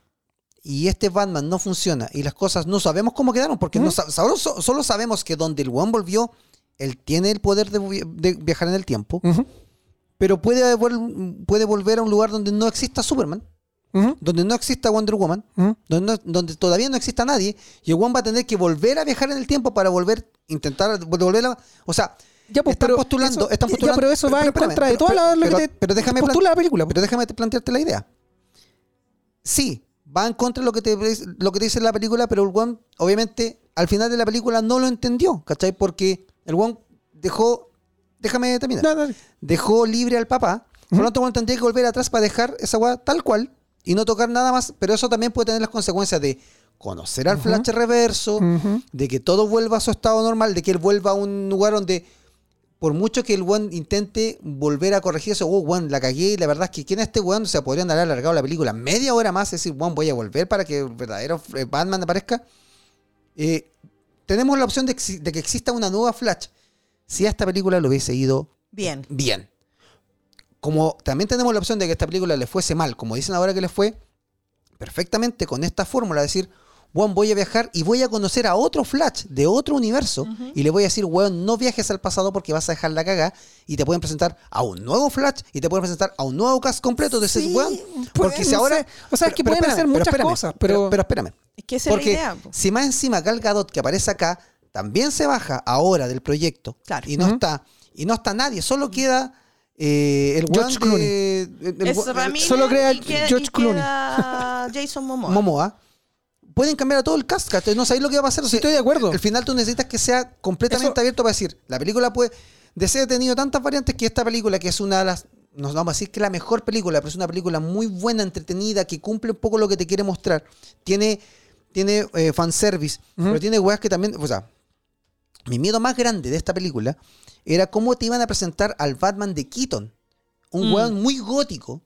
y este Batman no funciona y las cosas no sabemos cómo quedaron, porque no sa- solo, solo sabemos que donde el One volvió, él tiene el poder de, vi- de viajar en el tiempo,
Ujú,
pero puede, vol- puede volver a un lugar donde no exista Superman,
ujú,
donde no exista Wonder Woman
ujú.
donde, no- donde todavía no exista nadie, y el weón va a tener que volver a viajar en el tiempo para volver, intentar volver a... O sea,
Ya, pues,
están,
pero
postulando,
eso-
están
ya,
postulando...
pero eso va en
espérame,
contra de
pero-
toda la- lo que
pero,
te-
pero déjame
postula
plan-
la película, pues.
Pero déjame te plantearte la idea. Sí, va en contra de lo que te, lo que te dice la película, pero el weón, obviamente, al final de la película no lo entendió, ¿cachai? Porque el weón dejó... Déjame terminar
No, dale.
dejó libre al papá. Por lo tanto, Juan tendría que volver atrás para dejar esa weá tal cual y no tocar nada más. Pero eso también puede tener las consecuencias de conocer al Flash reverso,
Ujú.
de que todo vuelva a su estado normal, de que él vuelva a un lugar donde, por mucho que el weón intente volver a corregir eso, oh, weón, la cagué y la verdad es que quién es este weón, o sea, podrían haber alargado la película media hora más, es decir, weón, voy a volver para que el verdadero eh, Batman aparezca. Eh, tenemos la opción de, exi- de que exista una nueva Flash. Si a esta película lo hubiese ido
Bien.
bien. Como también tenemos la opción de que esta película le fuese mal, como dicen ahora que le fue, perfectamente con esta fórmula, decir, Juan, voy a viajar y voy a conocer a otro Flash de otro universo y le voy a decir, weón, no viajes al pasado porque vas a dejar la cagada y te pueden presentar a un nuevo Flash y te pueden presentar a un nuevo cast completo. Entonces,
Sí,
weón, porque
pueden
si ahora...
ser- o sea, es que pueden hacer muchas cosas, pero-
pero espérame.
Es que esa
Porque
es la idea. po.
si más encima Gal Gadot que aparece acá también se baja ahora del proyecto
Claro.
y no
Ujú.
está y no está nadie, solo queda eh, el
George
weón de- el
Es
weón- el
Ramírez
eh, solo crea
y queda-
George
y
Clooney.
queda Jason Momoa.
Momoa. Pueden cambiar a todo el cast, ¿cachai? no sabéis lo que va a pasar. O sea,
estoy de acuerdo.
Al final tú necesitas que sea completamente
Eso-
abierto para decir, la película puede... Desea ha tenido tantas variantes que esta película, que es una de las... Nos vamos a decir que es la mejor película, pero es una película muy buena, entretenida, que cumple un poco lo que te quiere mostrar. Tiene, tiene eh, fanservice, pero tiene weas que también... O sea, mi miedo más grande de esta película era cómo te iban a presentar al Batman de Keaton. Un weón muy gótico.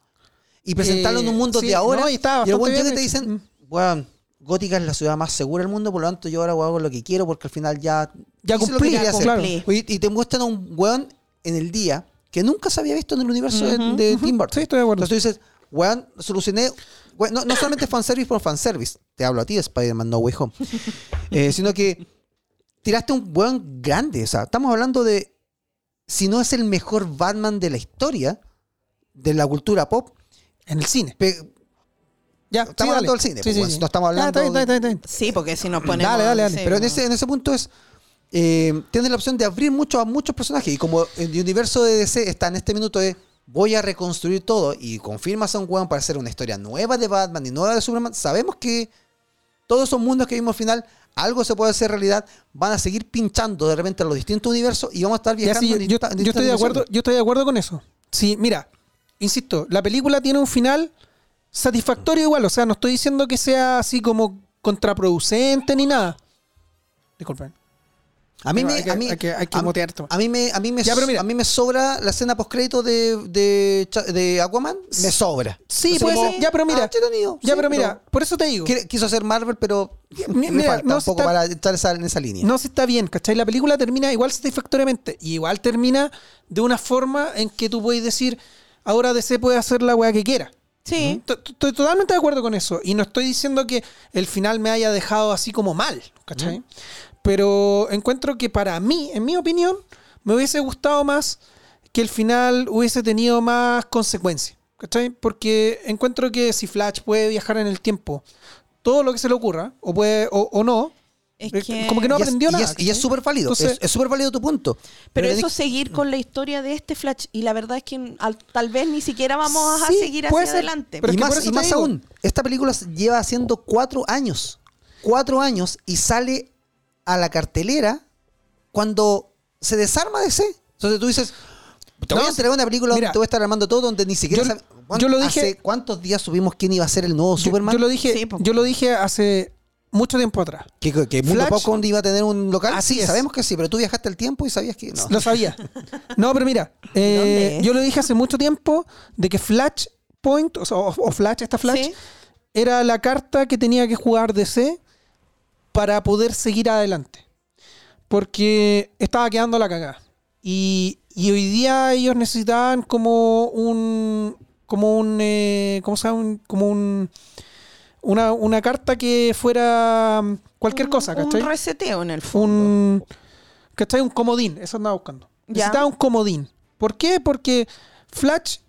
Y presentarlo en un mundo
Mm. Eh, sí,
de ahora.
no, y estaba
y el
bastante
weón llega y
bien
te
hecho. Mm.
dicen, weón, Gótica es la ciudad más segura del mundo, por lo tanto yo ahora hago lo que quiero porque al final ya,
Ya
hice lo que
cumplí,
quería
ya
hacer.
claro.
cumplí.
Oye, y te muestran a un weón en el día que nunca se había visto en el universo de-
Ujú,
de, Tim Burton.
Sí, estoy de acuerdo.
Entonces tú dices, weón, solucioné. weón, no, no solamente fanservice por fanservice, te hablo a ti, Spider-Man No Way Home, Eh, sino que tiraste un weón grande. O sea, estamos hablando de, si no es el mejor Batman de la historia, de la cultura pop,
En el cine.
pe-
Ya, sí,
estamos
dale.
hablando del cine,
Sí,
pues,
sí,
weón,
sí.
no estamos hablando
Ah, está bien,
de-
está bien, está bien.
Sí, porque si nos ponemos.
Dale, dale, dale.
sí,
Pero en
no.
ese, en ese punto es. eh, tienes la opción de abrir mucho a muchos personajes. Y como el universo de DC está en este minuto de. Voy a reconstruir todo. Y confirmas a un weón para hacer una historia nueva de Batman y nueva de Superman. Sabemos que todos esos mundos que vimos al final. Algo se puede hacer realidad. Van a seguir pinchando de repente a los distintos universos. Y vamos a estar
Ya,
viajando.
sí, yo,
en
yo-
dista- en
yo estoy de
distintas
acuerdo,
dimensiones.
yo estoy de acuerdo con eso. Sí, mira, insisto, la película tiene un final satisfactorio igual. O sea, no estoy diciendo que sea así como contraproducente ni nada. Disculpen.
A mí
Pero
me.
hay que-
a mí,
hay que- hay que
a-
mutear esto.
a mí me, a mí me,
Ya, pero mira.
a mí me sobra la escena postcrédito de, de, Cha- de Aquaman. Me sobra.
Sí,
Así
puede
como,
ser. Ya, pero mira.
ah, entretenido.
ya,
Sí,
pero mira, por eso te digo.
Quiere- Quiso hacer Marvel, pero
Mi-
le
mira,
falta
no
un poco
está-
para estar esa- en esa línea.
No se está bien, ¿cachai? La película termina igual satisfactoriamente. Y igual termina de una forma en que tú puedes decir, ahora DC puede hacer la weá que quiera.
Sí.
T- t- Estoy totalmente de acuerdo con eso. Y no estoy diciendo que el final me haya dejado así como mal,
¿Mm?
¿cachai? Pero encuentro que para mí, en mi opinión, me hubiese gustado más que el final hubiese tenido más consecuencias, ¿cachai? Porque encuentro que si Flash puede viajar en el tiempo, todo lo que se le ocurra, o, puede, o, o no,
Es que-
Eh, como que no
Y es-
aprendió
y
nada.
es- Y es
¿cachai?
súper válido.
Entonces-
es- es súper válido tu punto.
Pero
tenés-
eso seguir con la historia de este Flash. Y la verdad es que al- tal vez ni siquiera vamos a
Sí,
seguir hacia
puede ser,
adelante.
pero- es
y
que por
más,
eso
y
te
más
digo.
aún, esta película lleva haciendo cuatro años. Cuatro años y sale a la cartelera cuando se desarma DC. Entonces tú dices, te voy
No,
a entregar una película
mira,
donde te voy a estar armando todo, donde ni siquiera...
yo-
sab- Juan,
yo lo dije-
¿Hace cuántos días subimos quién iba a ser el nuevo
Yo-
Superman?
Yo, lo dije,
Sí, po.
yo lo dije hace mucho tiempo atrás.
Que, que- que Mundo
Flash-
Popcorn iba a tener un local.
Así
sí,
es.
sabemos que sí, pero tú viajaste al tiempo y sabías que no.
Lo sabía. No, pero mira, eh,
¿Dónde?
yo lo dije hace mucho tiempo de que Flash Point, o, sea, o- o Flash, esta Flash,
Sí.
era la carta que tenía que jugar DC para poder seguir adelante. Porque estaba quedando la cagada. Y, y hoy día ellos necesitaban como un. como un. eh, ¿Cómo se llama? Un- como un. Una, una carta que fuera mm, cualquier
Un-
cosa, ¿cachai?
Un reseteo en el fondo.
un ¿cachai? un comodín, eso andaba buscando.
Ya.
Necesitaba un comodín. ¿Por qué? Porque Flash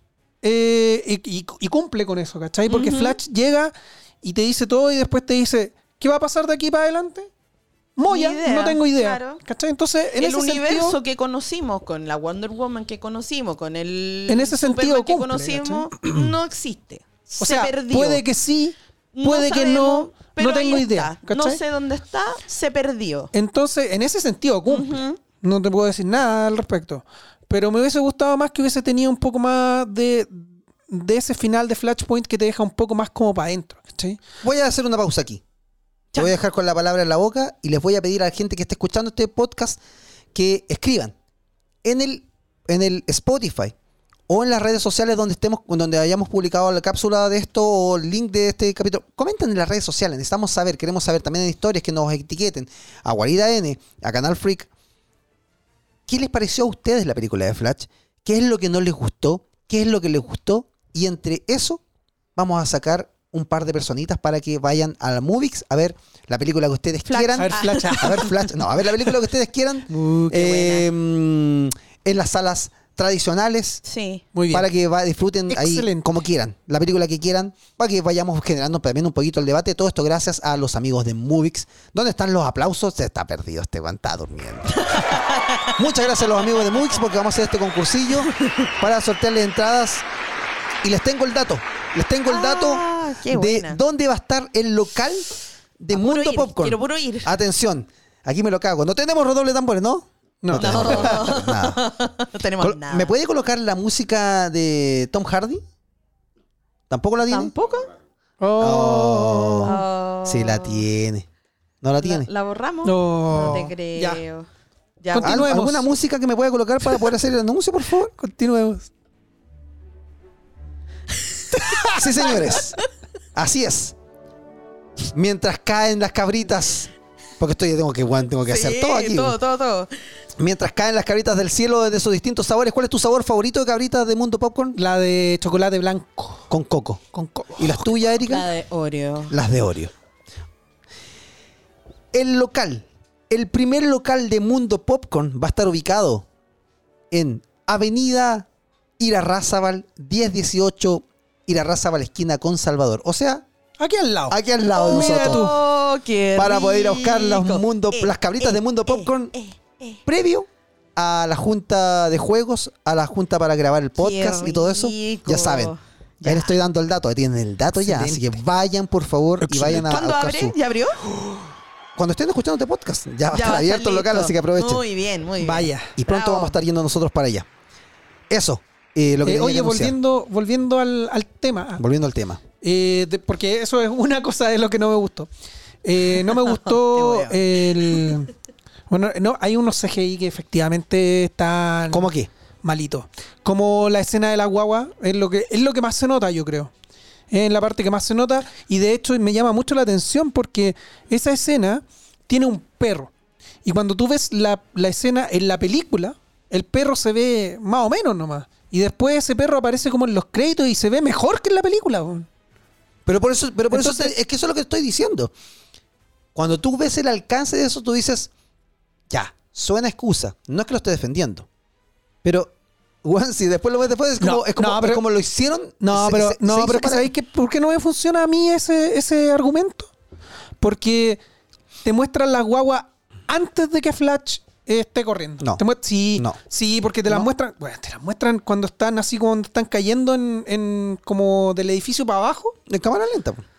eh, y, y- y cumple con eso, ¿cachai? Porque
Ujú.
Flash llega y te dice todo y después te dice, ¿qué va a pasar de aquí para adelante? Moya,
Ni idea,
no tengo idea.
claro.
¿Cachai? Entonces, en
el
ese
universo
sentido,
que conocimos, con la Wonder Woman que conocimos, con el
En ese sentido
Superman que
cumple,
conocimos, no existe.
o
Se
sea,
perdió.
puede que sí, puede que
sabemos,
no, no
pero ahí
tengo
está.
idea.
No
¿cachai? Eh,
sé dónde está, se perdió.
Entonces, en ese sentido, cumple.
Ujú.
No te puedo decir nada al respecto. Pero me hubiese gustado más que hubiese tenido un poco más de, de ese final de Flashpoint que te deja un poco más como para adentro. ¿cachai?
Voy a hacer una pausa aquí. Te
Ya.
voy a dejar con la palabra en la boca y les voy a pedir a la gente que esté escuchando este podcast que escriban en el, en el Spotify o en las redes sociales donde estemos, donde hayamos publicado la cápsula de esto o el link de este capítulo. Comenten en las redes sociales, necesitamos saber, queremos saber también en historias que nos etiqueten a Guarida N, a Canal Freak. ¿Qué les pareció a ustedes la película de Flash? ¿Qué es lo que no les gustó? ¿Qué es lo que les gustó? Y entre eso vamos a sacar un par de personitas para que vayan a la Movix a ver la película que ustedes
Flash.
quieran.
A ver, Flash.
A ver, Flash. No, a ver la película que ustedes quieran.
qué
eh, mm, en las salas tradicionales.
Sí.
Muy bien.
Para que va- disfruten ahí
Excelente.
como quieran, la película que quieran, para que vayamos generando también un poquito el debate. Todo esto gracias a los amigos de Movix. ¿Dónde están los aplausos? Se está perdido este guan, está durmiendo. Muchas gracias a los amigos de Movix porque vamos a hacer este concursillo para sortearles entradas. Y les tengo el dato, les tengo el dato
Ah, qué
de
buena.
dónde va a estar el local de
Puro
Mundo
ir,
Popcorn.
Quiero puro
Ah,
ir.
Atención, aquí me lo cago. No tenemos redoble de tambores, ¿no?
No.
tenemos redoble de tambores, nada.
No tenemos
Col-
nada.
¿Me puede colocar la música de Tom Hardy? ¿Tampoco la tiene?
¿Tampoco?
Oh.
Oh, Sí, la tiene. ¿No la
¿La,
tiene?
la borramos?
No.
te creo. Ya.
Continúa.
Ah,
¿Al-
continuemos.
¿Alguna música que me pueda colocar para poder hacer el anuncio, por favor?
Continuemos.
Sí, señores. Así es. mientras caen las cabritas. Porque esto ya tengo que, weón, tengo que
Sí,
hacer todo aquí.
Todo,
weón.
todo, todo.
Mientras caen las cabritas del cielo de sus distintos sabores, ¿cuál es tu sabor favorito de cabritas de Mundo Popcorn?
La de chocolate blanco.
Con coco.
Con coco.
¿Y las tuyas, Erika?
La de Oreo.
Las de Oreo. El local, el primer local de Mundo Popcorn va a estar ubicado en Avenida Irarrázaval 1018 Irarrázaval esquina con Salvador. O sea,
Aquí al lado.
aquí al lado de nosotros.
Oh, qué
Para poder ir a buscar los
rico. Eh,
mundo- las cabritas de Mundo Popcorn. Previo a la junta de juegos, a la junta para grabar el podcast y todo eso,
rico.
ya saben. Ya
Ya.
les estoy dando el dato, ahí tienen el dato ya. Así que vayan, por favor, y vayan a, a
¿Cuándo
buscar
abre?
su-
¿Ya abrió?
cuando estén escuchando este podcast, ya va a
Ya
estar
va a
abierto el local,
listo.
así que aprovechen.
Muy bien, muy bien.
Vaya.
y pronto
bravo.
vamos a estar yendo nosotros para allá. Eso, eh, lo que
Eh,
tenía que
oye,
anunciar.
volviendo, volviendo al, al tema. ah,
Volviendo al tema.
eh, de- porque eso es una cosa de lo que no me gustó. Eh, no me gustó el. Bueno, no, hay unos CGI que efectivamente están.
¿Cómo qué?
malito. Como la escena de la guagua es lo que es lo que más se nota, yo creo. Es la parte que más se nota y de hecho me llama mucho la atención porque esa escena tiene un perro. Y cuando tú ves la, la escena en la película, el perro se ve más o menos nomás. Y después ese perro aparece como en los créditos y se ve mejor que en la película. weón.
Pero por eso, pero por eso
Entonces-
te- es que eso es lo que estoy diciendo. Cuando tú ves el alcance de eso, tú dices, ya, suena excusa. No es que lo esté defendiendo. Pero, weón, si después lo ves después, es como,
No,
es como,
no,
es
pero-
como lo hicieron.
No,
se-
pero,
se-
no,
se hizo
pero es que
para-
¿sabéis que, por qué no me funciona a mí ese, ese argumento? Porque te muestran las guaguas antes de que Flash eh, esté corriendo.
No.
Te muest- sí,
No.
sí, porque te las
No.
muestran, bueno, te las muestran cuando están así, cuando están cayendo en, en- como del edificio para abajo.
En cámara lenta. pues. po.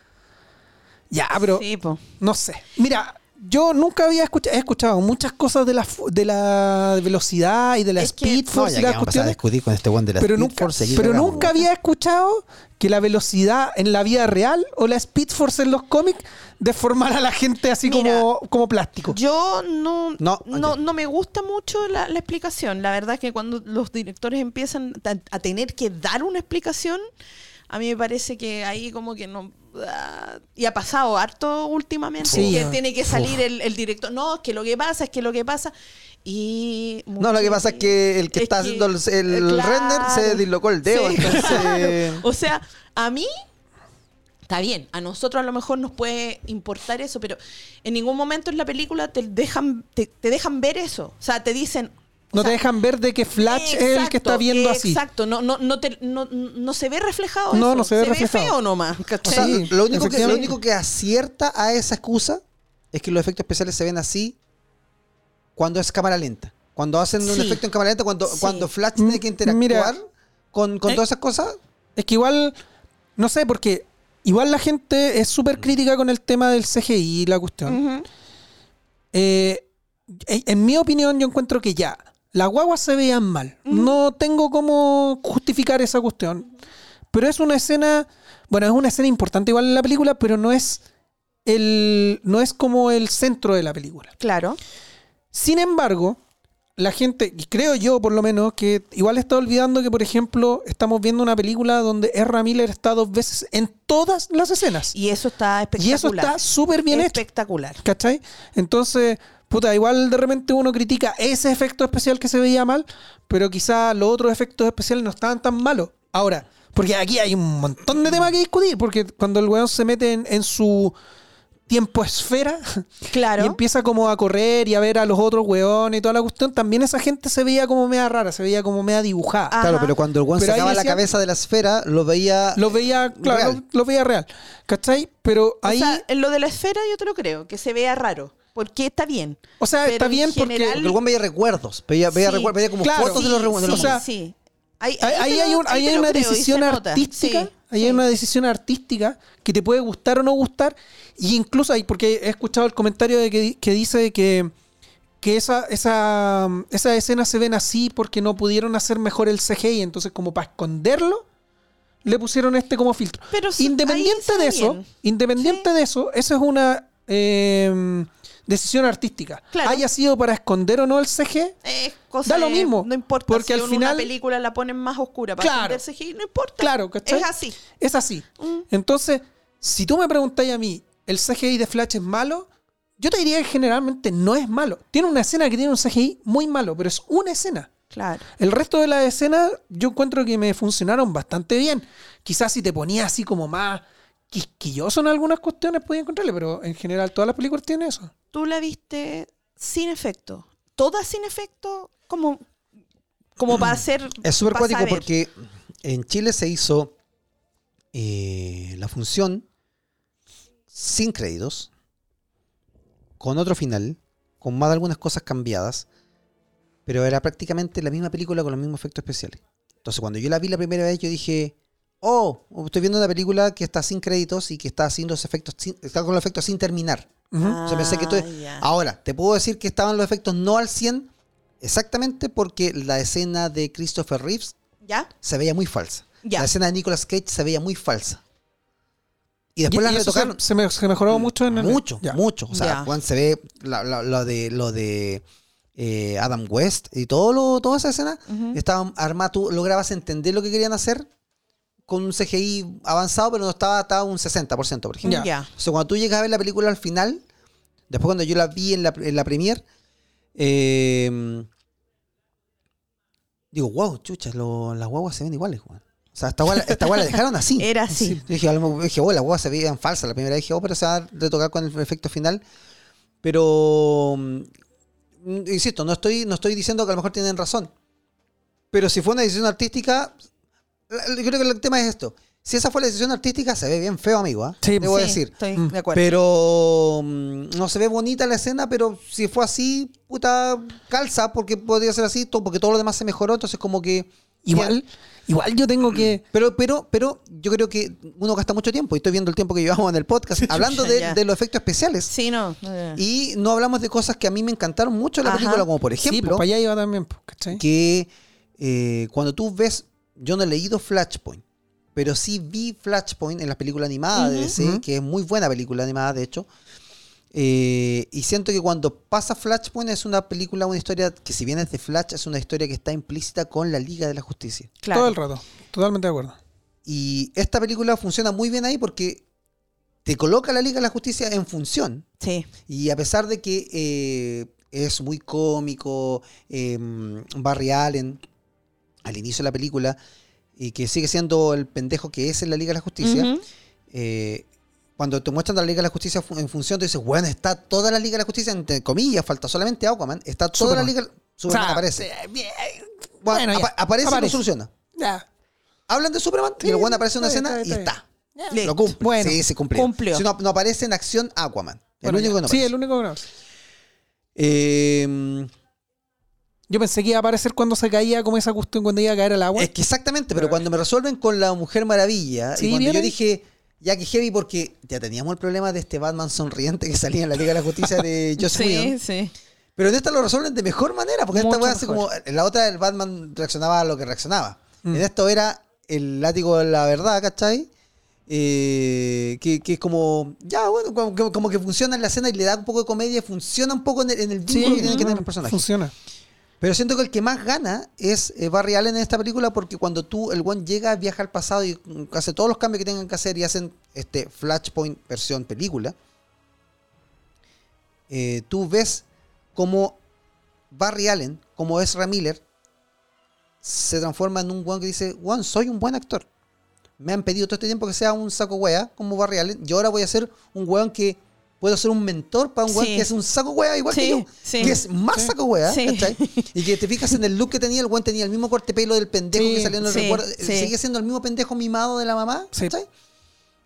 Ya, pero
Sí, po.
no sé. Mira, yo nunca había escuchado, he escuchado muchas cosas de la, fu- de la velocidad y de la
Es que-
Speed
No,
Force
ya
y
que
las
vamos a empezar a
cuestiones
discutir con este weón de la
pero
Speed
nunca,
Force, aquí
pero
cagamos,
nunca
weón.
había escuchado que la velocidad en la vida real o la Speed Force en los cómics deformara a la gente así
Mira,
como, como plástico.
Yo no,
No,
no, no, me gusta mucho la, la explicación. La verdad es que cuando los directores empiezan a, a tener que dar una explicación, a mí me parece que ahí como que no... ah, Y ha pasado harto últimamente
Sí,
que
ah,
tiene que salir el, el director. No, es que lo que pasa, es que lo que pasa. Y.
No, lo que pasa es que el que está haciendo el, el
eh, claro.
render se dislocó el dedo,
Sí,
entonces...
claro. O sea, a mí está bien, a nosotros a lo mejor nos puede importar eso, pero en ningún momento en la película te dejan, te, te dejan ver eso. O sea, te dicen. o
No te
sea,
dejan ver de que Flash es el que está
exacto,
viendo así.
Exacto, no, no, no, te- no, no se ve reflejado.
No,
eso.
no se ve reflejado.
feo nomás.
O
¿cachai?
sea,
Sí,
lo, único que, lo
efectivamente.
único que acierta a esa excusa es que los efectos especiales se ven así cuando es cámara lenta. Cuando hacen un
Sí.
efecto en cámara lenta, cuando,
Sí.
cuando Flash
Mm,
tiene que interactuar
mira.
con, con
Eh.
todas esas cosas,
Es que igual, no sé, porque igual la gente es súper crítica con el tema del CGI y la cuestión.
Ujú.
Eh, en en mi opinión, yo encuentro que ya, las guaguas se veían mal. No tengo cómo justificar esa cuestión. Pero es una escena, bueno, es una escena importante igual en la película, pero no es el no es como el centro de la película.
Claro.
Sin embargo, la gente, y creo yo por lo menos, que igual está olvidando que, por ejemplo, estamos viendo una película donde Ezra Miller está dos veces en todas las escenas.
Y eso está
Y eso
espectacular.
está súper bien hecho.
Espectacular.
¿Cachai? Entonces, puta, igual de repente uno critica ese efecto especial que se veía mal, pero quizá los otros efectos especiales no estaban tan malos. Ahora, porque aquí hay un montón de temas que discutir, porque cuando el weón se mete en, en su tiempo esfera
Claro.
y empieza como a correr y a ver a los otros weones y toda la cuestión, también esa gente se veía como media rara, se veía como media dibujada.
Ah.
claro,
Ajá.
pero cuando el one
Pero ahí
sacaba la
decía-
cabeza de la esfera, lo veía...
Lo veía, claro,
Real.
lo, lo veía real. ¿Cachai? Pero
O
ahí...
sea, en lo de la esfera yo te lo creo, que se vea raro. Porque está bien.
O sea,
pero
está
en
bien porque-
general-
porque el one veía recuerdos, veía, veía,
Sí.
recuerdos, veía como
Claro.
fotos de los
Sí,
recuerdos. de los
sí,
o sea,
monos.
sí. Ahí,
Ahí,
ahí
ahí
te
hay,
lo-
un-
ahí
ahí
te
hay
lo
una
creo, y se
decisión
nota.
artística.
Sí,
ahí
sí.
hay una decisión artística que te puede gustar o no gustar. Y incluso ahí, porque he escuchado el comentario de que, di- que dice que, que esa, esa, esas escenas se ven así porque no pudieron hacer mejor el CGI. Entonces, como para esconderlo, le pusieron este como filtro.
Pero s- ahí
independiente
se
de
ve
eso,
bien.
independiente de eso, eso es una eh, decisión artística.
Claro.
Haya sido para esconder o no el CG,
Es cosa
Da lo
de-
mismo,
No importa.
porque
si
al
en
final-
una película la ponen más oscura para
Claro.
claro, CGI, no importa.
Claro, ¿cachai?
Es así.
Es así.
Mm.
Entonces, si tú me preguntáis a mí, el CGI de Flash es malo, yo te diría que generalmente no es malo. Tiene una escena que tiene un CGI muy malo, pero es una escena.
Claro.
El resto de las escenas yo encuentro que me funcionaron bastante bien. Quizás si te ponías así como más quisquilloso en algunas cuestiones podía encontrarle, pero en general todas las películas tienen eso.
Tú la viste sin efecto. Todas sin efecto, como, como
Mm.
para hacer.
Es súper
pa'
cuático
saber.
porque en Chile se hizo eh, la función sin créditos, con otro final, con más de algunas cosas cambiadas, pero era prácticamente la misma película con los mismos efectos especiales. Entonces cuando yo la vi la primera vez yo dije, oh, estoy viendo una película que está sin créditos y que está sin los efectos, sin- está con los efectos sin terminar.
Ujú.
Ah,
O sea, pensé que Ah. tú-
ya.
Ahora, te puedo decir que estaban los efectos no al 100, exactamente porque la escena de Christopher Reeves
¿Ya?
se veía muy falsa.
Ya.
La escena de Nicolas Cage se veía muy falsa. Y
Y-
después
y
la
eso
retocaron Mm,
Se, se me- se mejoró mucho en el...
mucho,
Ya.
mucho. O sea,
Ya.
Juan se ve la- la- lo de lo de eh, Adam West y todo lo, toda esa escena.
Ujú.
Estaban armadas, tú lograbas entender lo que querían hacer con un CGI avanzado, pero no estaba, estaba un 60%, por ejemplo.
Ya.
Ya.
O sea, cuando tú llegas a ver la película al final, después cuando yo la vi en la, en la premier, eh, digo, wow, chucha, lo- las guaguas se ven iguales, weón. O sea, esta guagua, esta guagua la dejaron así.
Era así.
Yo dije, a lo mejor- dije, oh, las guaguas se veían falsas. La primera vez dije, oh, pero se va a retocar con el efecto final. Pero, mm, insisto, no estoy, no estoy diciendo que a lo mejor tienen razón. Pero si fue una decisión artística, la- yo creo que el tema es esto. Si esa fue la decisión artística, se ve bien feo, amigo. ¿ah?
Sí,
Debo
Sí,
decir.
Estoy
Mm.
de acuerdo.
Pero mm, no se ve bonita la escena, pero si fue así, puta calza, porque podría ser así, to- porque todo lo demás se mejoró, entonces como que...
Igual, igual yo tengo que...
Pero, pero, pero yo creo que uno gasta mucho tiempo, y estoy viendo el tiempo que llevamos en el podcast, hablando de,
Ya.
de los efectos especiales.
Sí, no. no, no, no.
Y no hablamos de cosas que a mí me encantaron mucho en la
Ajá.
película, como por
Sí,
ejemplo,
pues, para allá iba también, pues, ¿cachai?
que eh, cuando tú ves, yo no he leído Flashpoint, pero sí vi Flashpoint en las películas animadas de
Ujú.
DC,
Ujú.
que es muy buena película animada, de hecho. Eh, y siento que cuando pasa Flashpoint es una película, una historia que si bien es de Flash, es una historia que está implícita con la Liga de la Justicia.
Claro.
Todo el rato. Totalmente de acuerdo.
Y esta película funciona muy bien ahí porque te coloca la Liga de la Justicia en función.
Sí.
Y a pesar de que eh, es muy cómico, eh, Barry Allen, al inicio de la película, y que sigue siendo el pendejo que es en la Liga de la Justicia,
Ujú.
eh, cuando te muestran la Liga de la Justicia fu- en función, te dices, bueno, está toda la Liga de la Justicia, entre comillas, falta solamente Aquaman, está toda la
Superman.
Liga... Superman
O sea,
aparece.
eh, bien,
Bueno,
bueno, ya.
apa- aparece, y lo
Aparece.
soluciona.
ya.
Hablan de Superman y el
Sí,
Juan
sí,
aparece en una
está bien,
escena
está bien,
y
está
está.
Listo.
Lo cumple.
Bueno,
sí, sí, cumplió.
cumplió.
Si no, no aparece en acción Aquaman. El
Bueno,
único
ya.
que no
Sí,
aparece.
el único que no.
Eh,
Yo pensé que iba a aparecer cuando se caía como esa cuestión cuando iba a caer al agua.
es que exactamente, pero cuando me resuelven con la Mujer Maravilla,
Sí,
y cuando yo
¿vieron?
dije, ya que heavy, porque ya teníamos el problema de este Batman sonriente que salía en la Liga de la Justicia de Joss
Sí,
Whedon,
sí.
pero en esta lo resuelven de mejor manera, porque en esta
Mucho
weá hace como, en la otra el Batman reaccionaba a lo que reaccionaba.
Mm.
En esto era el látigo de la verdad, ¿cachai? Eh, que, que es como, ya bueno, como, como- como que funciona en la escena y le da un poco de comedia, funciona un poco en el, en el vínculo que tienen que
Mm.
tener los personajes.
Funciona.
Pero siento que el que más gana es eh, Barry Allen en esta película porque cuando tú, el one llega, viaja al pasado y mm, hace todos los cambios que tengan que hacer y hacen este Flashpoint versión película, eh, tú ves como Barry Allen, como Ezra Miller, se transforma en un one que dice, one, soy un buen actor. Me han pedido todo este tiempo que sea un saco wea como Barry Allen y ahora voy a ser un weón que puedo ser un mentor para un weón
Sí.
que es un saco wea igual que
Sí,
yo.
sí.
Que es más saco wea,
Sí.
¿ah? ¿cachai? Y que te fijas en el look que tenía, el weón tenía el mismo corte pelo del pendejo
Sí,
que salió en el
sí,
recuerdo.
sí.
Sigue siendo el mismo pendejo mimado de la mamá,
Sí.
¿cachai?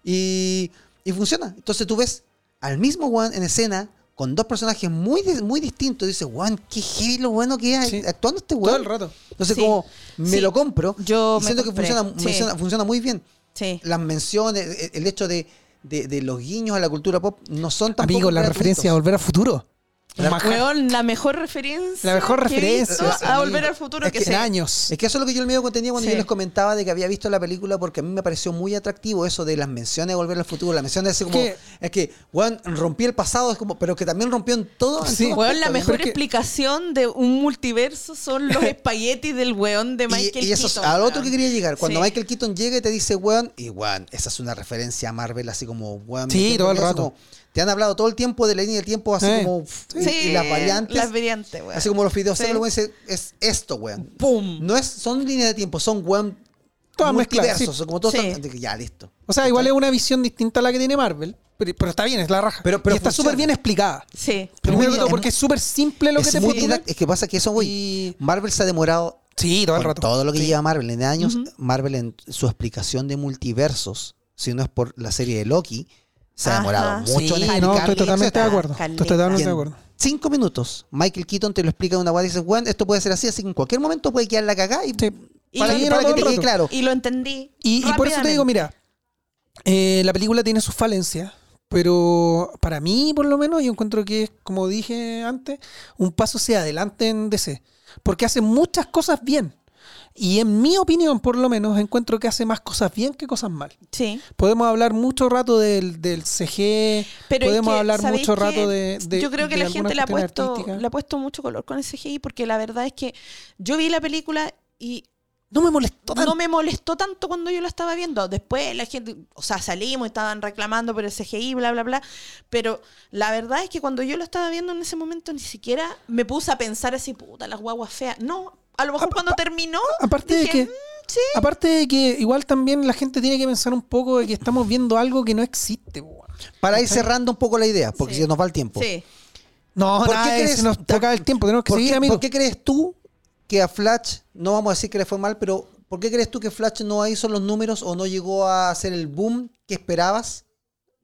Y, y funciona. Entonces tú ves al mismo weón en escena con dos personajes muy, dis- muy distintos. Y dices, weón, qué heavy lo bueno que es
Sí.
actuando este
Todo
weón.
el rato.
Entonces,
Sí.
como me
Sí.
lo compro,
Yo
y
me
siento que
compré.
funciona,
Sí.
funciona, funciona muy bien.
Sí.
Las menciones, e- el hecho de, de- de los guiños a la cultura pop no son tan
Amigo, la referencia a Volver a Futuro. Un manjar.
Weón, la mejor referencia.
La mejor
que he
referencia,
visto
sí.
A volver al futuro
Es
que,
que
se.
en años.
Es que eso es lo que yo el medio contenía cuando
Sí.
yo les comentaba de que había visto la película porque a mí me pareció muy atractivo eso de las menciones de Volver al Futuro, las menciones de ese como,
Que-
es que, weón, rompí el pasado, es como, pero que también rompió en todo. en
Sí.
todo
Weón,
aspecto,
la
¿no?
mejor
Porque-
explicación de un multiverso son los espaguetis del weón de Michael
y, y eso es
Keaton,
al otro
weón.
que quería llegar. Cuando
Sí.
Michael Keaton llega y te dice, weón, y weón, esa es una referencia a Marvel, así como, weón.
Sí,
metiendo
todo el
así
rato.
como- te han hablado todo el tiempo de la línea del tiempo, así
Sí.
como, y-
Sí,
y las variantes.
Las variantes, weón.
así como los videos,
Sí.
el weón dice, es esto, weón.
¡Pum!
No es, son líneas de tiempo, son weón.
Todas
multiversos,
mezcladas, sí.
son como todos
Sí.
están- ya, listo.
O sea, igual es una visión distinta a la que tiene Marvel, pero, pero está bien, es la raja.
Pero- pero
y está
funciona.
súper bien explicada.
Sí.
Primero
muy-
que todo,
es
porque
muy-
es súper simple lo que
es
te
muy
postulan.
didact- Es que pasa que eso, güey.
Y-
Marvel se ha demorado
Sí, todo el
con
rato.
todo lo que
Sí.
lleva Marvel en años. Marvel en su explicación de multiversos, si no es por la serie de Loki, se ha
Ajá.
demorado mucho
Sí,
en
no,
explicarle,
estoy totalmente de
etcétera.
acuerdo. Estoy
Caleta.
Y
totalmente
en
de acuerdo.
Cinco minutos. Michael Keaton te lo explica de una guay y dices, weón, esto puede ser así, así que en cualquier momento puede quedar la cagada y
Sí.
Y
para,
lo-
mí
para
no,
que te
todo el
quede
rato.
claro.
Y lo entendí.
Y, y por eso te digo, mira, eh, la película tiene sus falencias, pero para mí, por lo menos, yo encuentro que es, como dije antes, un paso hacia adelante en DC. Porque hace muchas cosas bien. Y en mi opinión, por lo menos, encuentro que hace más cosas bien que cosas mal.
Sí.
Podemos hablar mucho rato del, del CG,
Pero es
podemos
que,
hablar
¿sabéis
mucho
qué?
rato de, de-
Yo creo que
de
la gente
algunas
le ha,
cuestiones
puesto,
artísticas.
le ha puesto mucho color con el CGI porque la verdad es que yo vi la película y
No me molestó tanto.
no me molestó tanto cuando yo la estaba viendo. Después la gente, o sea, salimos, estaban reclamando por el CGI, bla, bla, bla. Pero la verdad es que cuando yo la estaba viendo en ese momento ni siquiera me puse a pensar así, puta, las guaguas feas. No, a lo mejor
Apa-
cuando terminó,
Aparte de
dije,
que... Aparte de que igual también la gente tiene que pensar un poco de que estamos viendo algo que no existe. po, weón.
Para ir cerrando un poco la idea, porque
Sí.
si nos va el tiempo.
sí,
No,
¿Por
nada,
qué
eh,
crees-
se nos acaba el tiempo, tenemos que
¿Por,
seguir,
qué,
amigo.
por qué crees tú que a Flash, no vamos a decir que le fue mal, pero ¿por qué crees tú que Flash no hizo los números o no llegó a hacer el boom que esperabas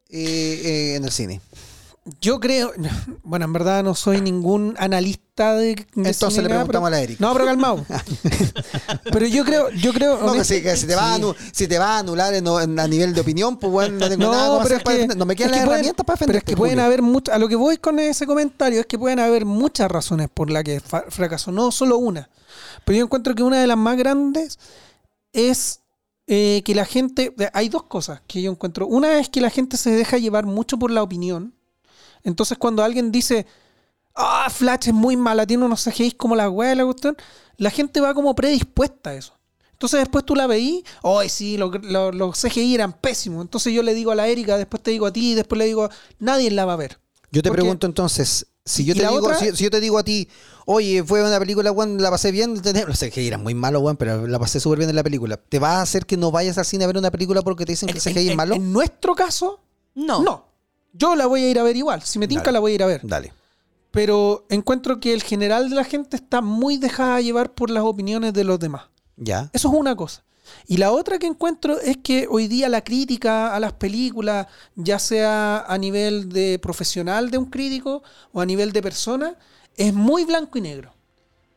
eh, eh, en el cine?
Yo creo, bueno, en verdad no soy ningún analista de, de
Entonces
cine,
le
nada,
preguntamos
pero-
a la Erika.
No, pero calmado. pero yo creo, yo creo
No, que
honest-
si, que si te va a
Sí.
anu- si te va a anular en- en- a nivel de opinión, pues bueno, no tengo nada como
pero
hacer
es
para
que-
defender- No me quedan
es que
las
pueden-
herramientas para defender.
Pero es que pueden haber muchas. A lo que voy con ese comentario es que pueden haber muchas razones por las que fa- fracasó, no solo una. Pero yo encuentro que una de las más grandes es eh, que la gente. Hay dos cosas que yo encuentro. Una es que la gente se deja llevar mucho por la opinión. Entonces, cuando alguien dice. Ah, Flash es muy mala, tiene unos CGI como la weá de la cuestión. La gente va como predispuesta a eso. Entonces después tú la veí, hoy sí, los, los- los CGI eran pésimos. Entonces yo le digo a la Erika, después te digo a ti, después le digo, a- nadie la va a ver.
Yo te
Porque-
pregunto entonces, si yo
¿Y
te
la
digo,
otra?
si, si yo te digo a ti, oye, fue una película, weón, la pasé bien, tenés- no sé que era muy malo, weón, pero la pasé súper bien en la película. ¿Te vas a hacer que no vayas al cine a ver una película porque te dicen que el CGI es malo?
en nuestro caso,
no.
no. Yo la voy a ir a ver igual. Si me tinca,
Dale.
la voy a ir a ver.
Dale.
Pero encuentro que el general de la gente está muy dejada a llevar por las opiniones de los demás.
Ya.
Eso es una cosa. Y la otra que encuentro es que hoy día la crítica a las películas, ya sea a nivel de profesional de un crítico o a nivel de persona, es muy blanco y negro.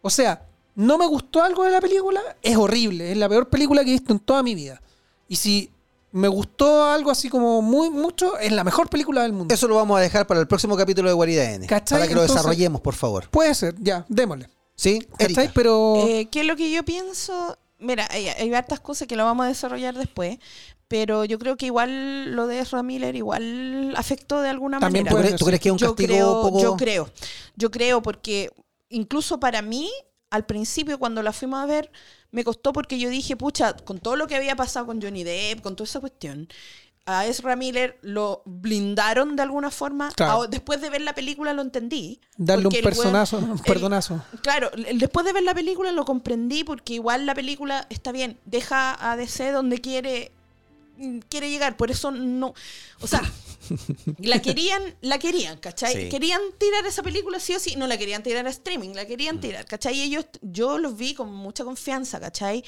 O sea, no me gustó algo de la película, es horrible, es la peor película que he visto en toda mi vida. Y si me gustó algo así como muy mucho, es la mejor película del mundo.
Eso lo vamos a dejar para el próximo capítulo de Guarida N.
¿Cachai?
Para que lo
Entonces-
desarrollemos, por favor.
Puede ser, ya, démosle.
¿Sí? Erika.
¿Cachai? Pero...
Eh, ¿Qué es lo que yo pienso? Mira, hay, hay hartas cosas que lo vamos a desarrollar después, pero yo creo que igual lo de Ezra Miller igual afectó de alguna
También
manera.
¿Tú,
puede
crees,
ser,
tú crees que es un
yo
castigo
creo,
poco...?
yo creo, yo creo porque incluso para mí al principio cuando la fuimos a ver me costó porque yo dije, pucha, con todo lo que había pasado con Johnny Depp, con toda esa cuestión, a Ezra Miller lo blindaron de alguna forma.
Claro.
Ah, después de ver la película lo entendí.
Darle un
porque el weón-
personazo, un
el-
perdonazo.
Claro, el- después de ver la película lo comprendí porque igual la película está bien, deja a DC donde quiere mm, quiere llegar, por eso no, o sea, la querían, la querían, ¿cachai?
Sí.
Querían tirar esa película sí o sí, no la querían tirar a streaming, la querían tirar, ¿cachai? Y ellos yo los vi con mucha confianza, ¿cachai?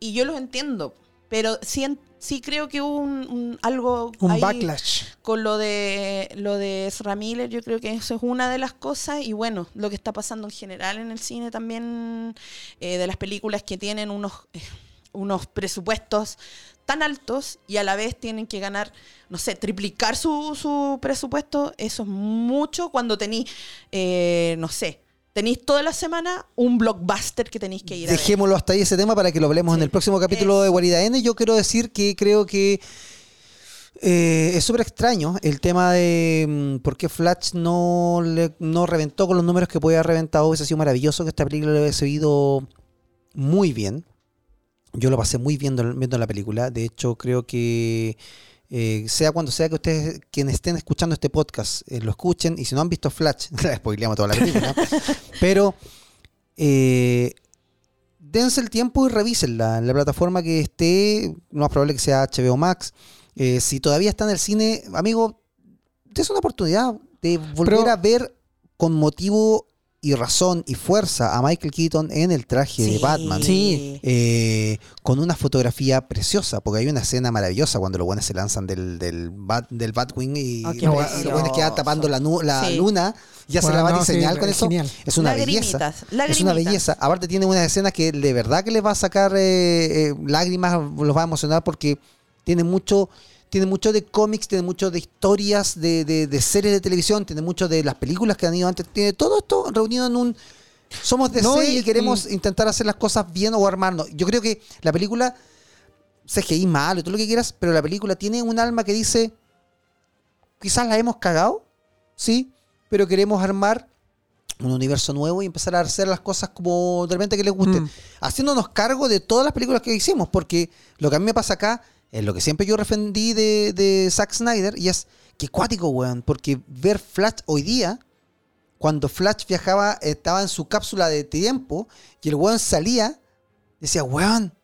Y yo los entiendo, pero sí en- sí creo que hubo un, un- algo
Un
ahí-
backlash.
con lo de lo de Ezra Miller, yo creo que eso es una de las cosas y bueno, lo que está pasando en general en el cine también eh, de las películas que tienen unos eh, unos presupuestos tan altos y a la vez tienen que ganar, no sé, triplicar su, su presupuesto, eso es mucho cuando tenéis, eh, no sé, tenéis toda la semana un blockbuster que tenéis que ir a ver.
Dejémoslo hasta ahí ese tema para que lo hablemos en
Sí.
el próximo capítulo
Es-
de Guarida N. Yo quiero decir que creo que eh, es súper extraño el tema de mm, por qué Flash no, le- no reventó con los números que podía haber reventado. Hubiese sido maravilloso que esta película lo hubiese ido muy bien. Yo lo pasé muy bien viendo, viendo la película. De hecho, creo que eh, sea cuando sea que ustedes, quienes estén escuchando este podcast, eh, lo escuchen. Y si no han visto Flash, la spoileamos toda la película. pero eh, dense el tiempo y revísenla en la plataforma que esté, lo más probable que sea HBO Max. Eh, si todavía está en el cine, amigo, es una oportunidad de volver
Pero-
a ver con motivo y razón y fuerza a Michael Keaton en el traje de
Sí.
Batman.
Sí.
Eh, con una fotografía preciosa, porque hay una escena maravillosa cuando los buenos se lanzan del, del, bat, del Batwing y,
Ah, qué
y los
precioso.
buenos quedan tapando la, nu- la
Sí.
luna y hacen
Bueno,
la
no, sí,
batiseñal con
es
eso.
genial.
Es una
Lagrimitas,
belleza. Es una
lagrimitas.
belleza. Aparte tiene unas escenas que de verdad que les va a sacar eh, eh, lágrimas, los va a emocionar porque tiene mucho, tiene mucho de cómics, tiene mucho de historias, de, de- de series de televisión, tiene mucho de las películas que han ido antes, tiene todo esto reunido en un somos DC
No, y- mm.
y, queremos intentar hacer las cosas bien o armarnos. Yo creo que la película CGI malo, todo lo que quieras, pero la película tiene un alma que dice quizás la hemos cagado, sí, pero queremos armar un universo nuevo y empezar a hacer las cosas como de repente que les gusten.
Mm.
Haciéndonos cargo de todas las películas que hicimos, porque lo que a mí me pasa acá es lo que siempre yo refendí de, de Zack Snyder y es que cuático, weón, porque ver Flash hoy día, cuando Flash viajaba, estaba en su cápsula de tiempo y el weón salía, decía, weón,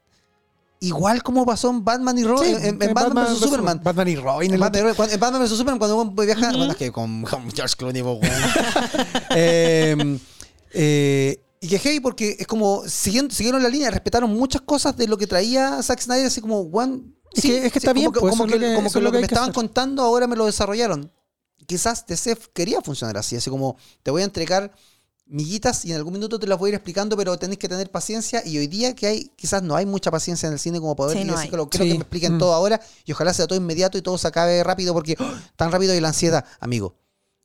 igual como pasó en Batman y Robin,
Sí,
en, en Batman vs.
versus-
Superman.
Batman y Robin.
En
el
Batman, cuando- en Batman vs Superman, cuando uno viaja. Bueno, es que con, con George Clooney, pues, weón. Eh, eh, y que hey, porque es como siguieron, siguieron la línea, respetaron muchas cosas de lo que traía Zack Snyder, así como, weón.
Es que- es que está
como
bien, pues,
como
eso
que,
es lo que-
como
eso
que
es
lo
lo
que
que
me
hay que
estaban
hacer.
contando ahora me lo desarrollaron. Quizás DC quería funcionar así, así como, te voy a entregar miguitas y en algún minuto te las voy a ir explicando, pero tenés que tener paciencia. Y hoy día que hay, quizás no hay mucha paciencia en el cine como para poder
Sí,
y
no
decir
hay.
que lo creo
Sí.
que me expliquen
Mm.
todo ahora y ojalá sea todo inmediato y todo se acabe rápido porque ¡oh! tan rápido y la ansiedad, amigo.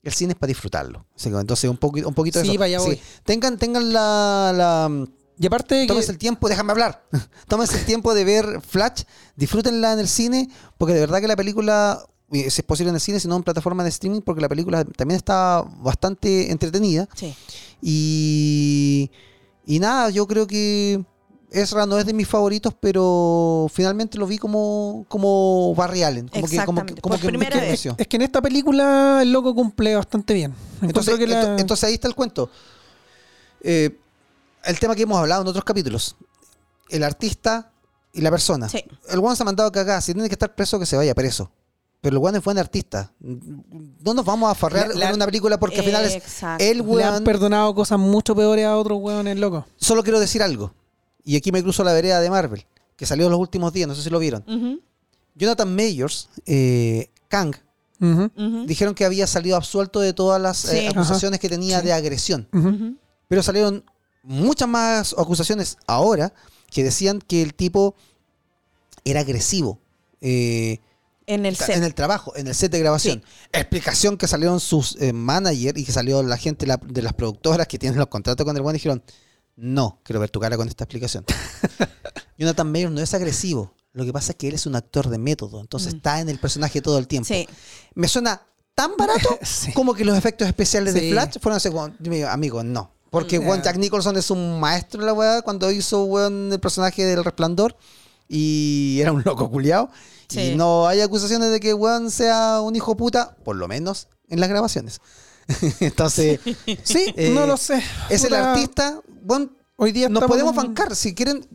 El cine es para disfrutarlo. Así que, Entonces, un, poquito un poquito de
Sí,
eso.
vaya voy.
Tengan, tengan la, la- mm,
Y aparte de que-
Tómense el tiempo, déjame hablar. Tómense el tiempo de ver Flash, disfrútenla en el cine, porque de verdad que la película, eh, si es posible en el cine, sino en plataformas de streaming, porque la película también está bastante entretenida.
Sí.
Y, y nada, yo creo que Ezra no es de mis favoritos, pero finalmente lo vi como, como Barry Allen. Como que, como que,
Exactamente,
como
por
que me
primera vez.
convenció.
es que en esta película el loco cumple bastante bien. Encuentro
Entonces,
que la-
ento- entonces ahí está el cuento. Eh, el tema que hemos hablado en otros capítulos. El artista y la persona.
Sí.
El Juan se ha mandado cagada. Si tiene que estar preso, que se vaya preso. Pero el Juan es buen artista. No nos vamos a farrear
La- la-
en una película porque al final es
Exacto.
el
le han
weón
perdonado cosas mucho peores a otros hueones locos.
Solo quiero decir algo. Y aquí me cruzo la vereda de Marvel, que salió en los últimos días, no sé si lo vieron.
Ujú,
Jonathan Mayors, eh, Kang,
Ujú,
ujú,
dijeron que había salido absuelto de todas las eh,
Sí.
acusaciones que tenía de agresión.
ujú.
ujú.
Pero salieron muchas más acusaciones ahora que decían que el tipo era agresivo. eh,
En el set.
en el trabajo, en el set de grabación. Explicación que salieron sus eh, manager y que salió la gente la- de las productoras que tienen los contratos con el buen dijeron, no, quiero ver tu cara con esta explicación. Jonathan Mayer no es agresivo. Lo que pasa es que él es un actor de método, entonces
Mm.
está en el personaje todo el tiempo.
Sí.
Me suena tan barato
Sí.
como que los efectos especiales de
Sí.
Flash fueron así, como, dime, amigo, no. Porque
Mm.
weón,
Ah.
Jack Nicholson es un maestro en la weá cuando hizo weón, el personaje del resplandor y era un loco culiao.
Sí.
Y no hay acusaciones de que weón sea un hijo puta, por lo menos en las grabaciones. Entonces, sí, eh,
no lo sé.
Es el
Puta,
artista, weón,
Hoy día
nos
estamos-
podemos bancar. Si quieren,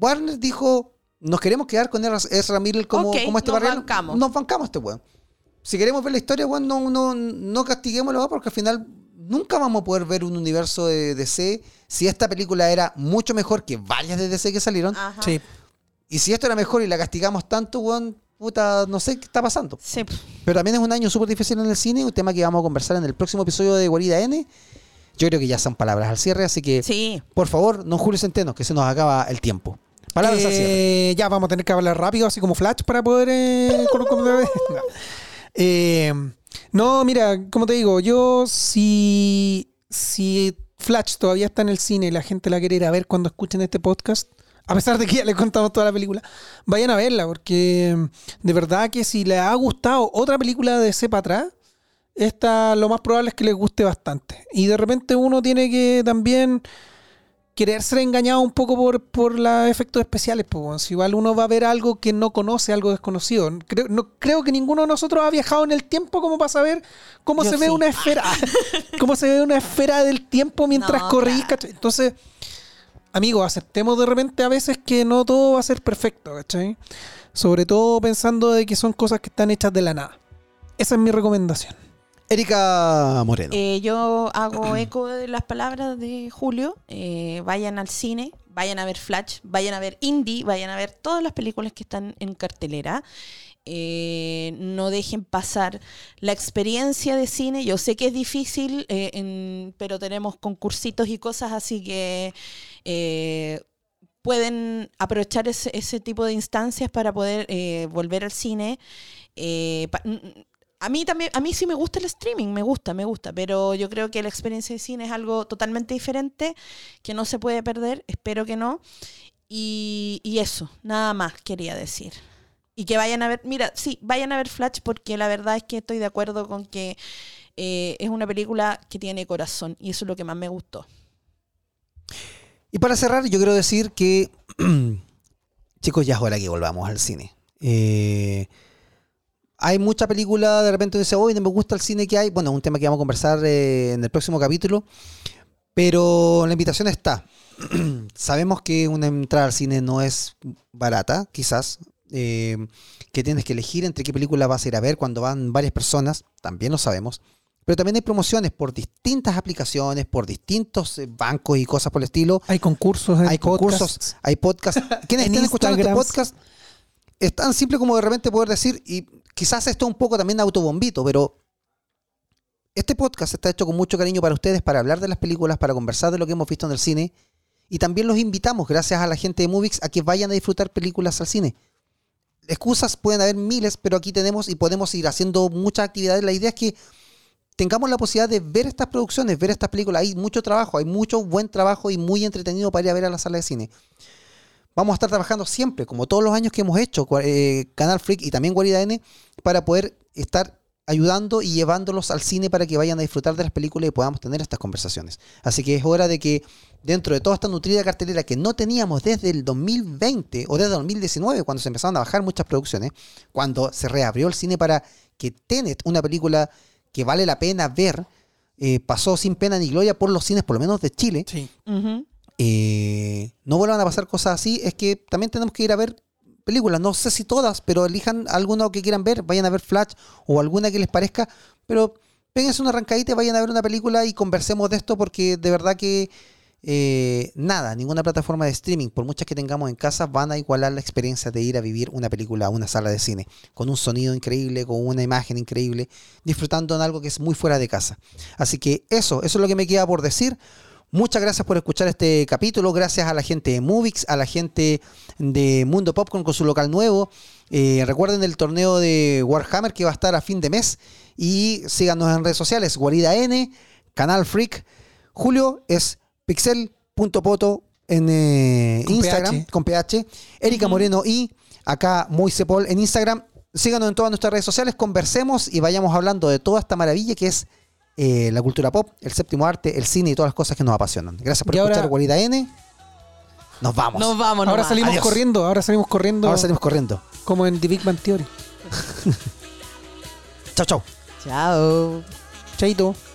Warner dijo, nos queremos quedar con Ezra Miller como,
Ok,
como este
nos
barrio.
bancamos.
Nos bancamos este weón. Si queremos ver la historia, weón, no, no, no castiguémoslo weón, porque al final nunca vamos a poder ver un universo de DC. Si esta película era mucho mejor que varias de DC que salieron,
Ajá.
Sí.
y si esto era mejor y la castigamos tanto, weón, puta, no sé qué está pasando.
Sí, pf,
Pero también es un año súper difícil en el cine, un tema que vamos a conversar en el próximo episodio de Guarida N. Yo creo que ya son palabras al cierre, así que
sí.
por favor, no Julio Centeno, que se nos acaba el tiempo. Palabras al cierre.
Eh, ya vamos a tener que hablar rápido, así como flash, para poder. eh, colo- colo- colo- no. Eh, no, mira, como te digo, yo si, si Flash todavía está en el cine y la gente la quiere ir a ver cuando escuchen este podcast, a pesar de que ya les contamos toda la película, vayan a verla, porque mm, de verdad que si les ha gustado otra película de ese para atrás, esta lo más probable es que les guste bastante. Y de repente uno tiene que también querer ser engañado un poco por, por los efectos especiales. Pues, weón. si igual uno va a ver algo que no conoce, algo desconocido. Creo, no, creo que ninguno de nosotros ha viajado en el tiempo como para saber cómo
Yo
se ve
sí.
una esfera. cómo se ve una esfera del tiempo mientras
No,
corrís.
claro.
¿cachai? Entonces, amigos, aceptemos de repente a veces que no todo va a ser perfecto, ¿cachai? Sobre todo pensando de que son cosas que están hechas de la nada. Esa es mi recomendación.
Erika Moreno.
Eh, yo hago eco de las palabras de Julio. Eh, vayan al cine, vayan a ver Flash, vayan a ver Indie, vayan a ver todas las películas que están en cartelera. Eh, no dejen pasar la experiencia de cine. Yo sé que es difícil, eh, en- pero tenemos concursitos y cosas, así que eh, pueden aprovechar ese, ese tipo de instancias para poder eh, volver al cine. Eh, pa- n- n- a mí también, a mí sí me gusta el streaming, me gusta, me gusta, pero yo creo que la experiencia de cine es algo totalmente diferente, que no se puede perder, espero que no. Y, y eso, nada más quería decir. Y que vayan a ver, mira, sí, vayan a ver Flash porque la verdad es que estoy de acuerdo con que eh, es una película que tiene corazón y eso es lo que más me gustó.
Y para cerrar, yo quiero decir que, chicos, ya es hora que volvamos al cine. Eh, hay mucha película, de repente uno dice, hoy no me gusta el cine que hay. Bueno, es un tema que vamos a conversar eh, en el próximo capítulo. Pero la invitación está. Sabemos que una entrada al cine no es barata, quizás. eh, que tienes que elegir entre qué película vas a ir a ver cuando van varias personas. También lo sabemos. Pero también hay promociones por distintas aplicaciones, por distintos eh, bancos y cosas por el estilo
Hay concursos,
hay concursos,
podcasts.
hay podcasts. Quienes
En
estén escuchando este
Instagrams.
podcast, es tan simple como de repente poder decir, y quizás esto es un poco también autobombito, pero este podcast está hecho con mucho cariño para ustedes, para hablar de las películas, para conversar de lo que hemos visto en el cine. Y también los invitamos, gracias a la gente de Movix, a que vayan a disfrutar películas al cine. Excusas pueden haber miles, pero aquí tenemos y podemos ir haciendo muchas actividades. La idea es que tengamos la posibilidad de ver estas producciones, ver estas películas. Hay mucho trabajo, hay mucho buen trabajo y muy entretenido para ir a ver a la sala de cine. Vamos a estar trabajando siempre, como todos los años que hemos hecho, cua- eh, Canal Freak y también Guarida N, para poder estar ayudando y llevándolos al cine para que vayan a disfrutar de las películas y podamos tener estas conversaciones. Así que es hora de que dentro de toda esta nutrida cartelera que no teníamos desde el 2020 o desde el 2019, cuando se empezaron a bajar muchas producciones, cuando se reabrió el cine para que Tenet, una película que vale la pena ver, eh, pasó sin pena ni gloria por los cines, por lo menos de Chile,
Sí.
Ujú.
eh, no vuelvan a pasar cosas así, es que también tenemos que ir a ver películas. No sé si todas, pero elijan alguna que quieran ver, vayan a ver Flash o alguna que les parezca, pero péguense una arrancadita y vayan a ver una película y conversemos de esto porque de verdad que eh, nada, ninguna plataforma de streaming, por muchas que tengamos en casa, van a igualar la experiencia de ir a vivir una película a una sala de cine, con un sonido increíble, con una imagen increíble, disfrutando en algo que es muy fuera de casa. Así que eso, eso es lo que me queda por decir. Muchas gracias por escuchar este capítulo. Gracias a la gente de Movix, a la gente de Mundo Popcorn con su local nuevo. Eh, recuerden el torneo de Warhammer que va a estar a fin de mes. Y síganos en redes sociales: Guarida N, Canal Freak. Julio es pixel.poto en eh,
Con
Instagram
PH.
con PH. Erika Moreno y acá Muy Cepol en Instagram. Síganos en todas nuestras redes sociales, conversemos y vayamos hablando de toda esta maravilla que es eh, la cultura pop, el séptimo arte, el cine y todas las cosas que nos apasionan. Gracias por
Y ahora-
escuchar Guarida N. Nos vamos.
Nos vamos,
Ahora
nomás.
salimos
Adiós.
corriendo, ahora salimos corriendo
Ahora salimos corriendo.
como en The Big Bang Theory.
Chao, chao.
Chao.
Chaito.